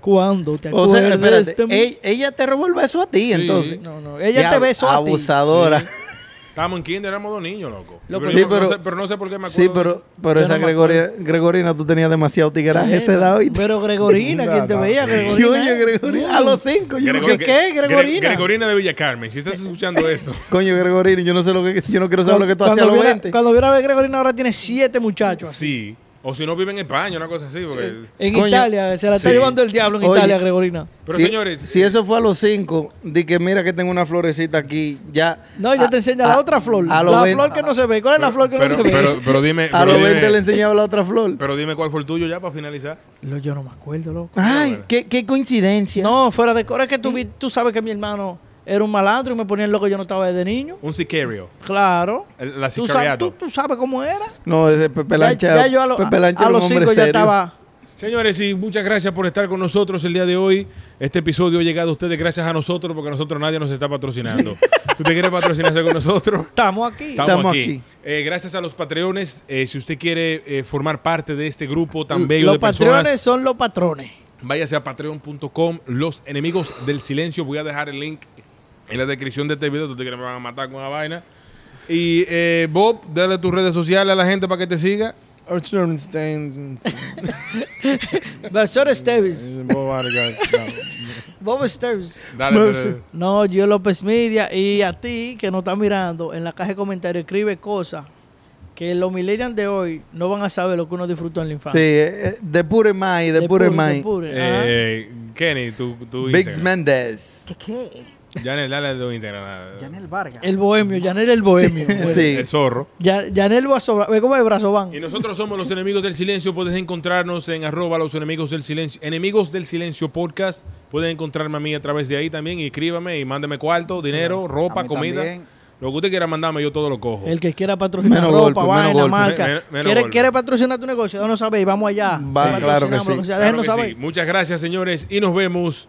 [SPEAKER 2] ¿Cuándo te
[SPEAKER 3] O
[SPEAKER 2] acuerdas?
[SPEAKER 3] sea, espérate,
[SPEAKER 2] de mu-
[SPEAKER 3] ella, ella te robó el beso a ti, entonces.
[SPEAKER 2] No, no, este ella te
[SPEAKER 3] Diablo,
[SPEAKER 2] besó a ti.
[SPEAKER 3] Abusadora.
[SPEAKER 1] Estábamos en kinder, éramos dos niños, loco.
[SPEAKER 2] Loco,
[SPEAKER 1] pero,
[SPEAKER 3] Sí,
[SPEAKER 1] no- no
[SPEAKER 3] pero-
[SPEAKER 1] sé, pero no sé por qué me acuerdo.
[SPEAKER 3] Sí,
[SPEAKER 1] de
[SPEAKER 3] pero,
[SPEAKER 1] eso.
[SPEAKER 3] pero
[SPEAKER 2] Yo
[SPEAKER 3] esa
[SPEAKER 2] no me
[SPEAKER 3] Gregoria, Gregorina, tú tenías demasiado tigreaje ese edad hoy.
[SPEAKER 2] Pero Gregorina, quien te
[SPEAKER 4] Nada.
[SPEAKER 2] veía,
[SPEAKER 3] Y
[SPEAKER 2] Gregorina. eh.
[SPEAKER 3] oye, Gregorina, a los cinco. Yo,
[SPEAKER 1] Gregor-
[SPEAKER 2] ¿Qué, Eh, qué,
[SPEAKER 1] Gre-
[SPEAKER 2] Gregorina?
[SPEAKER 1] Gregorina de Villa Carmen, si estás escuchando esto.
[SPEAKER 3] coño, Gregorina, yo no sé lo que, yo no quiero saber lo que tú hacías a
[SPEAKER 2] cuando
[SPEAKER 3] los
[SPEAKER 2] viera-
[SPEAKER 3] 20.
[SPEAKER 2] Cuando viera a ver Gregorina ahora tiene siete muchachos. así. Eh,
[SPEAKER 1] sí. O si no vive en España, una cosa así. Porque...
[SPEAKER 2] En
[SPEAKER 3] Coño,
[SPEAKER 2] Italia, se la está
[SPEAKER 3] sí.
[SPEAKER 2] llevando el diablo en
[SPEAKER 3] Oye.
[SPEAKER 2] Italia, Gregorina.
[SPEAKER 1] Pero
[SPEAKER 3] si,
[SPEAKER 1] señores, eh,
[SPEAKER 3] si eso fue a los 5, di que mira que tengo una florecita aquí, ya.
[SPEAKER 2] No, ya
[SPEAKER 3] a-
[SPEAKER 2] te enseña la
[SPEAKER 3] a-
[SPEAKER 2] otra flor.
[SPEAKER 3] A los
[SPEAKER 2] La
[SPEAKER 3] 20
[SPEAKER 2] flor que no se ve. ¿Cuál es la flor que
[SPEAKER 1] pero,
[SPEAKER 2] no se ve?
[SPEAKER 1] pero- pero dime,
[SPEAKER 3] a
[SPEAKER 1] pero
[SPEAKER 3] los 20 le
[SPEAKER 1] dime,
[SPEAKER 3] enseñaba la otra flor.
[SPEAKER 1] pero dime cuál fue el tuyo ya para finalizar.
[SPEAKER 2] Lo- yo no me acuerdo, loco.
[SPEAKER 3] Ay, qué, qué coincidencia.
[SPEAKER 2] No, fuera de cora es que tú, vi- tú sabes que mi hermano era un malandro y me ponía loco yo no estaba desde niño.
[SPEAKER 1] Un sicario.
[SPEAKER 2] Claro.
[SPEAKER 1] el- la
[SPEAKER 2] Tú sabes,
[SPEAKER 1] sicariato.
[SPEAKER 2] tú, tú sabes cómo era.
[SPEAKER 3] No, ese Pepe
[SPEAKER 2] Ya,
[SPEAKER 3] Lancha.
[SPEAKER 2] ya yo a, lo-
[SPEAKER 3] Pepe
[SPEAKER 2] a- a
[SPEAKER 3] Lancha era un
[SPEAKER 2] los
[SPEAKER 3] hombre
[SPEAKER 2] cinco ya
[SPEAKER 3] serio.
[SPEAKER 2] estaba.
[SPEAKER 1] Señores, y muchas gracias por estar con nosotros el día de hoy. Este episodio ha llegado a ustedes gracias a nosotros porque a nosotros nadie nos está patrocinando. si usted quiere patrocinarse con nosotros,
[SPEAKER 2] Estamos aquí.
[SPEAKER 1] estamos,
[SPEAKER 3] Estamos
[SPEAKER 1] aquí.
[SPEAKER 3] aquí.
[SPEAKER 1] Eh, gracias a los patreones. eh, si usted quiere eh, formar parte de este grupo tan bello
[SPEAKER 2] Los
[SPEAKER 1] de personas,
[SPEAKER 2] patrones son los patrones.
[SPEAKER 1] váyase a patreon.com. Los enemigos del silencio. Voy a dejar el link en la descripción de este video. Ustedes que me van a matar con la vaina. Y eh, Bob, dale tus redes sociales a la gente para que te siga.
[SPEAKER 4] Epstein,
[SPEAKER 2] Versor Esteves.
[SPEAKER 4] Bob Vargas, no.
[SPEAKER 2] Bob Esteves.
[SPEAKER 1] Dale,
[SPEAKER 4] No,
[SPEAKER 1] pero-
[SPEAKER 4] sí.
[SPEAKER 2] No, yo López Media y a ti que nos está mirando en la caja de comentarios escribe cosas que los millennials de hoy no van a saber lo que uno disfrutó en la
[SPEAKER 3] Sí,
[SPEAKER 2] infancia.
[SPEAKER 3] eh, eh, depure más, depure más.
[SPEAKER 1] Eh, Kenny, tú, tú
[SPEAKER 3] Biggs Méndez.
[SPEAKER 5] ¿Qué qué?
[SPEAKER 1] Janel, dale tu Instagram.
[SPEAKER 5] Janel Vargas.
[SPEAKER 2] El bohemio, Yanel el bohemio.
[SPEAKER 3] Sí.
[SPEAKER 1] El zorro.
[SPEAKER 2] Ya, Yanel va a sobrar. Ve cómo es brazo van.
[SPEAKER 1] Y nosotros somos los enemigos del silencio. Puedes encontrarnos en arroba los enemigos del silencio. Enemigos del silencio podcast. Pueden encontrarme a mí a través de ahí también. Y escríbame y mándame cuarto, dinero,
[SPEAKER 5] A
[SPEAKER 1] ropa,
[SPEAKER 5] mí
[SPEAKER 1] comida.
[SPEAKER 5] también.
[SPEAKER 1] Lo que usted quiera mandarme, yo todo lo cojo.
[SPEAKER 2] El que quiera patrocinar
[SPEAKER 3] Menos
[SPEAKER 2] ropa,
[SPEAKER 3] golpe, menos
[SPEAKER 2] vaina,
[SPEAKER 3] golpe.
[SPEAKER 2] marca.
[SPEAKER 1] Men- men- menos
[SPEAKER 2] quiere,
[SPEAKER 1] golpe.
[SPEAKER 2] quiere patrocinar tu negocio, déjanos saber y vamos allá.
[SPEAKER 3] Va,
[SPEAKER 2] Sí,
[SPEAKER 3] claro que
[SPEAKER 2] patrocinamos, lo
[SPEAKER 3] sí.
[SPEAKER 2] sea,
[SPEAKER 1] Claro
[SPEAKER 2] déjenos
[SPEAKER 1] que sí.
[SPEAKER 2] saber.
[SPEAKER 1] Muchas gracias, señores. Y nos vemos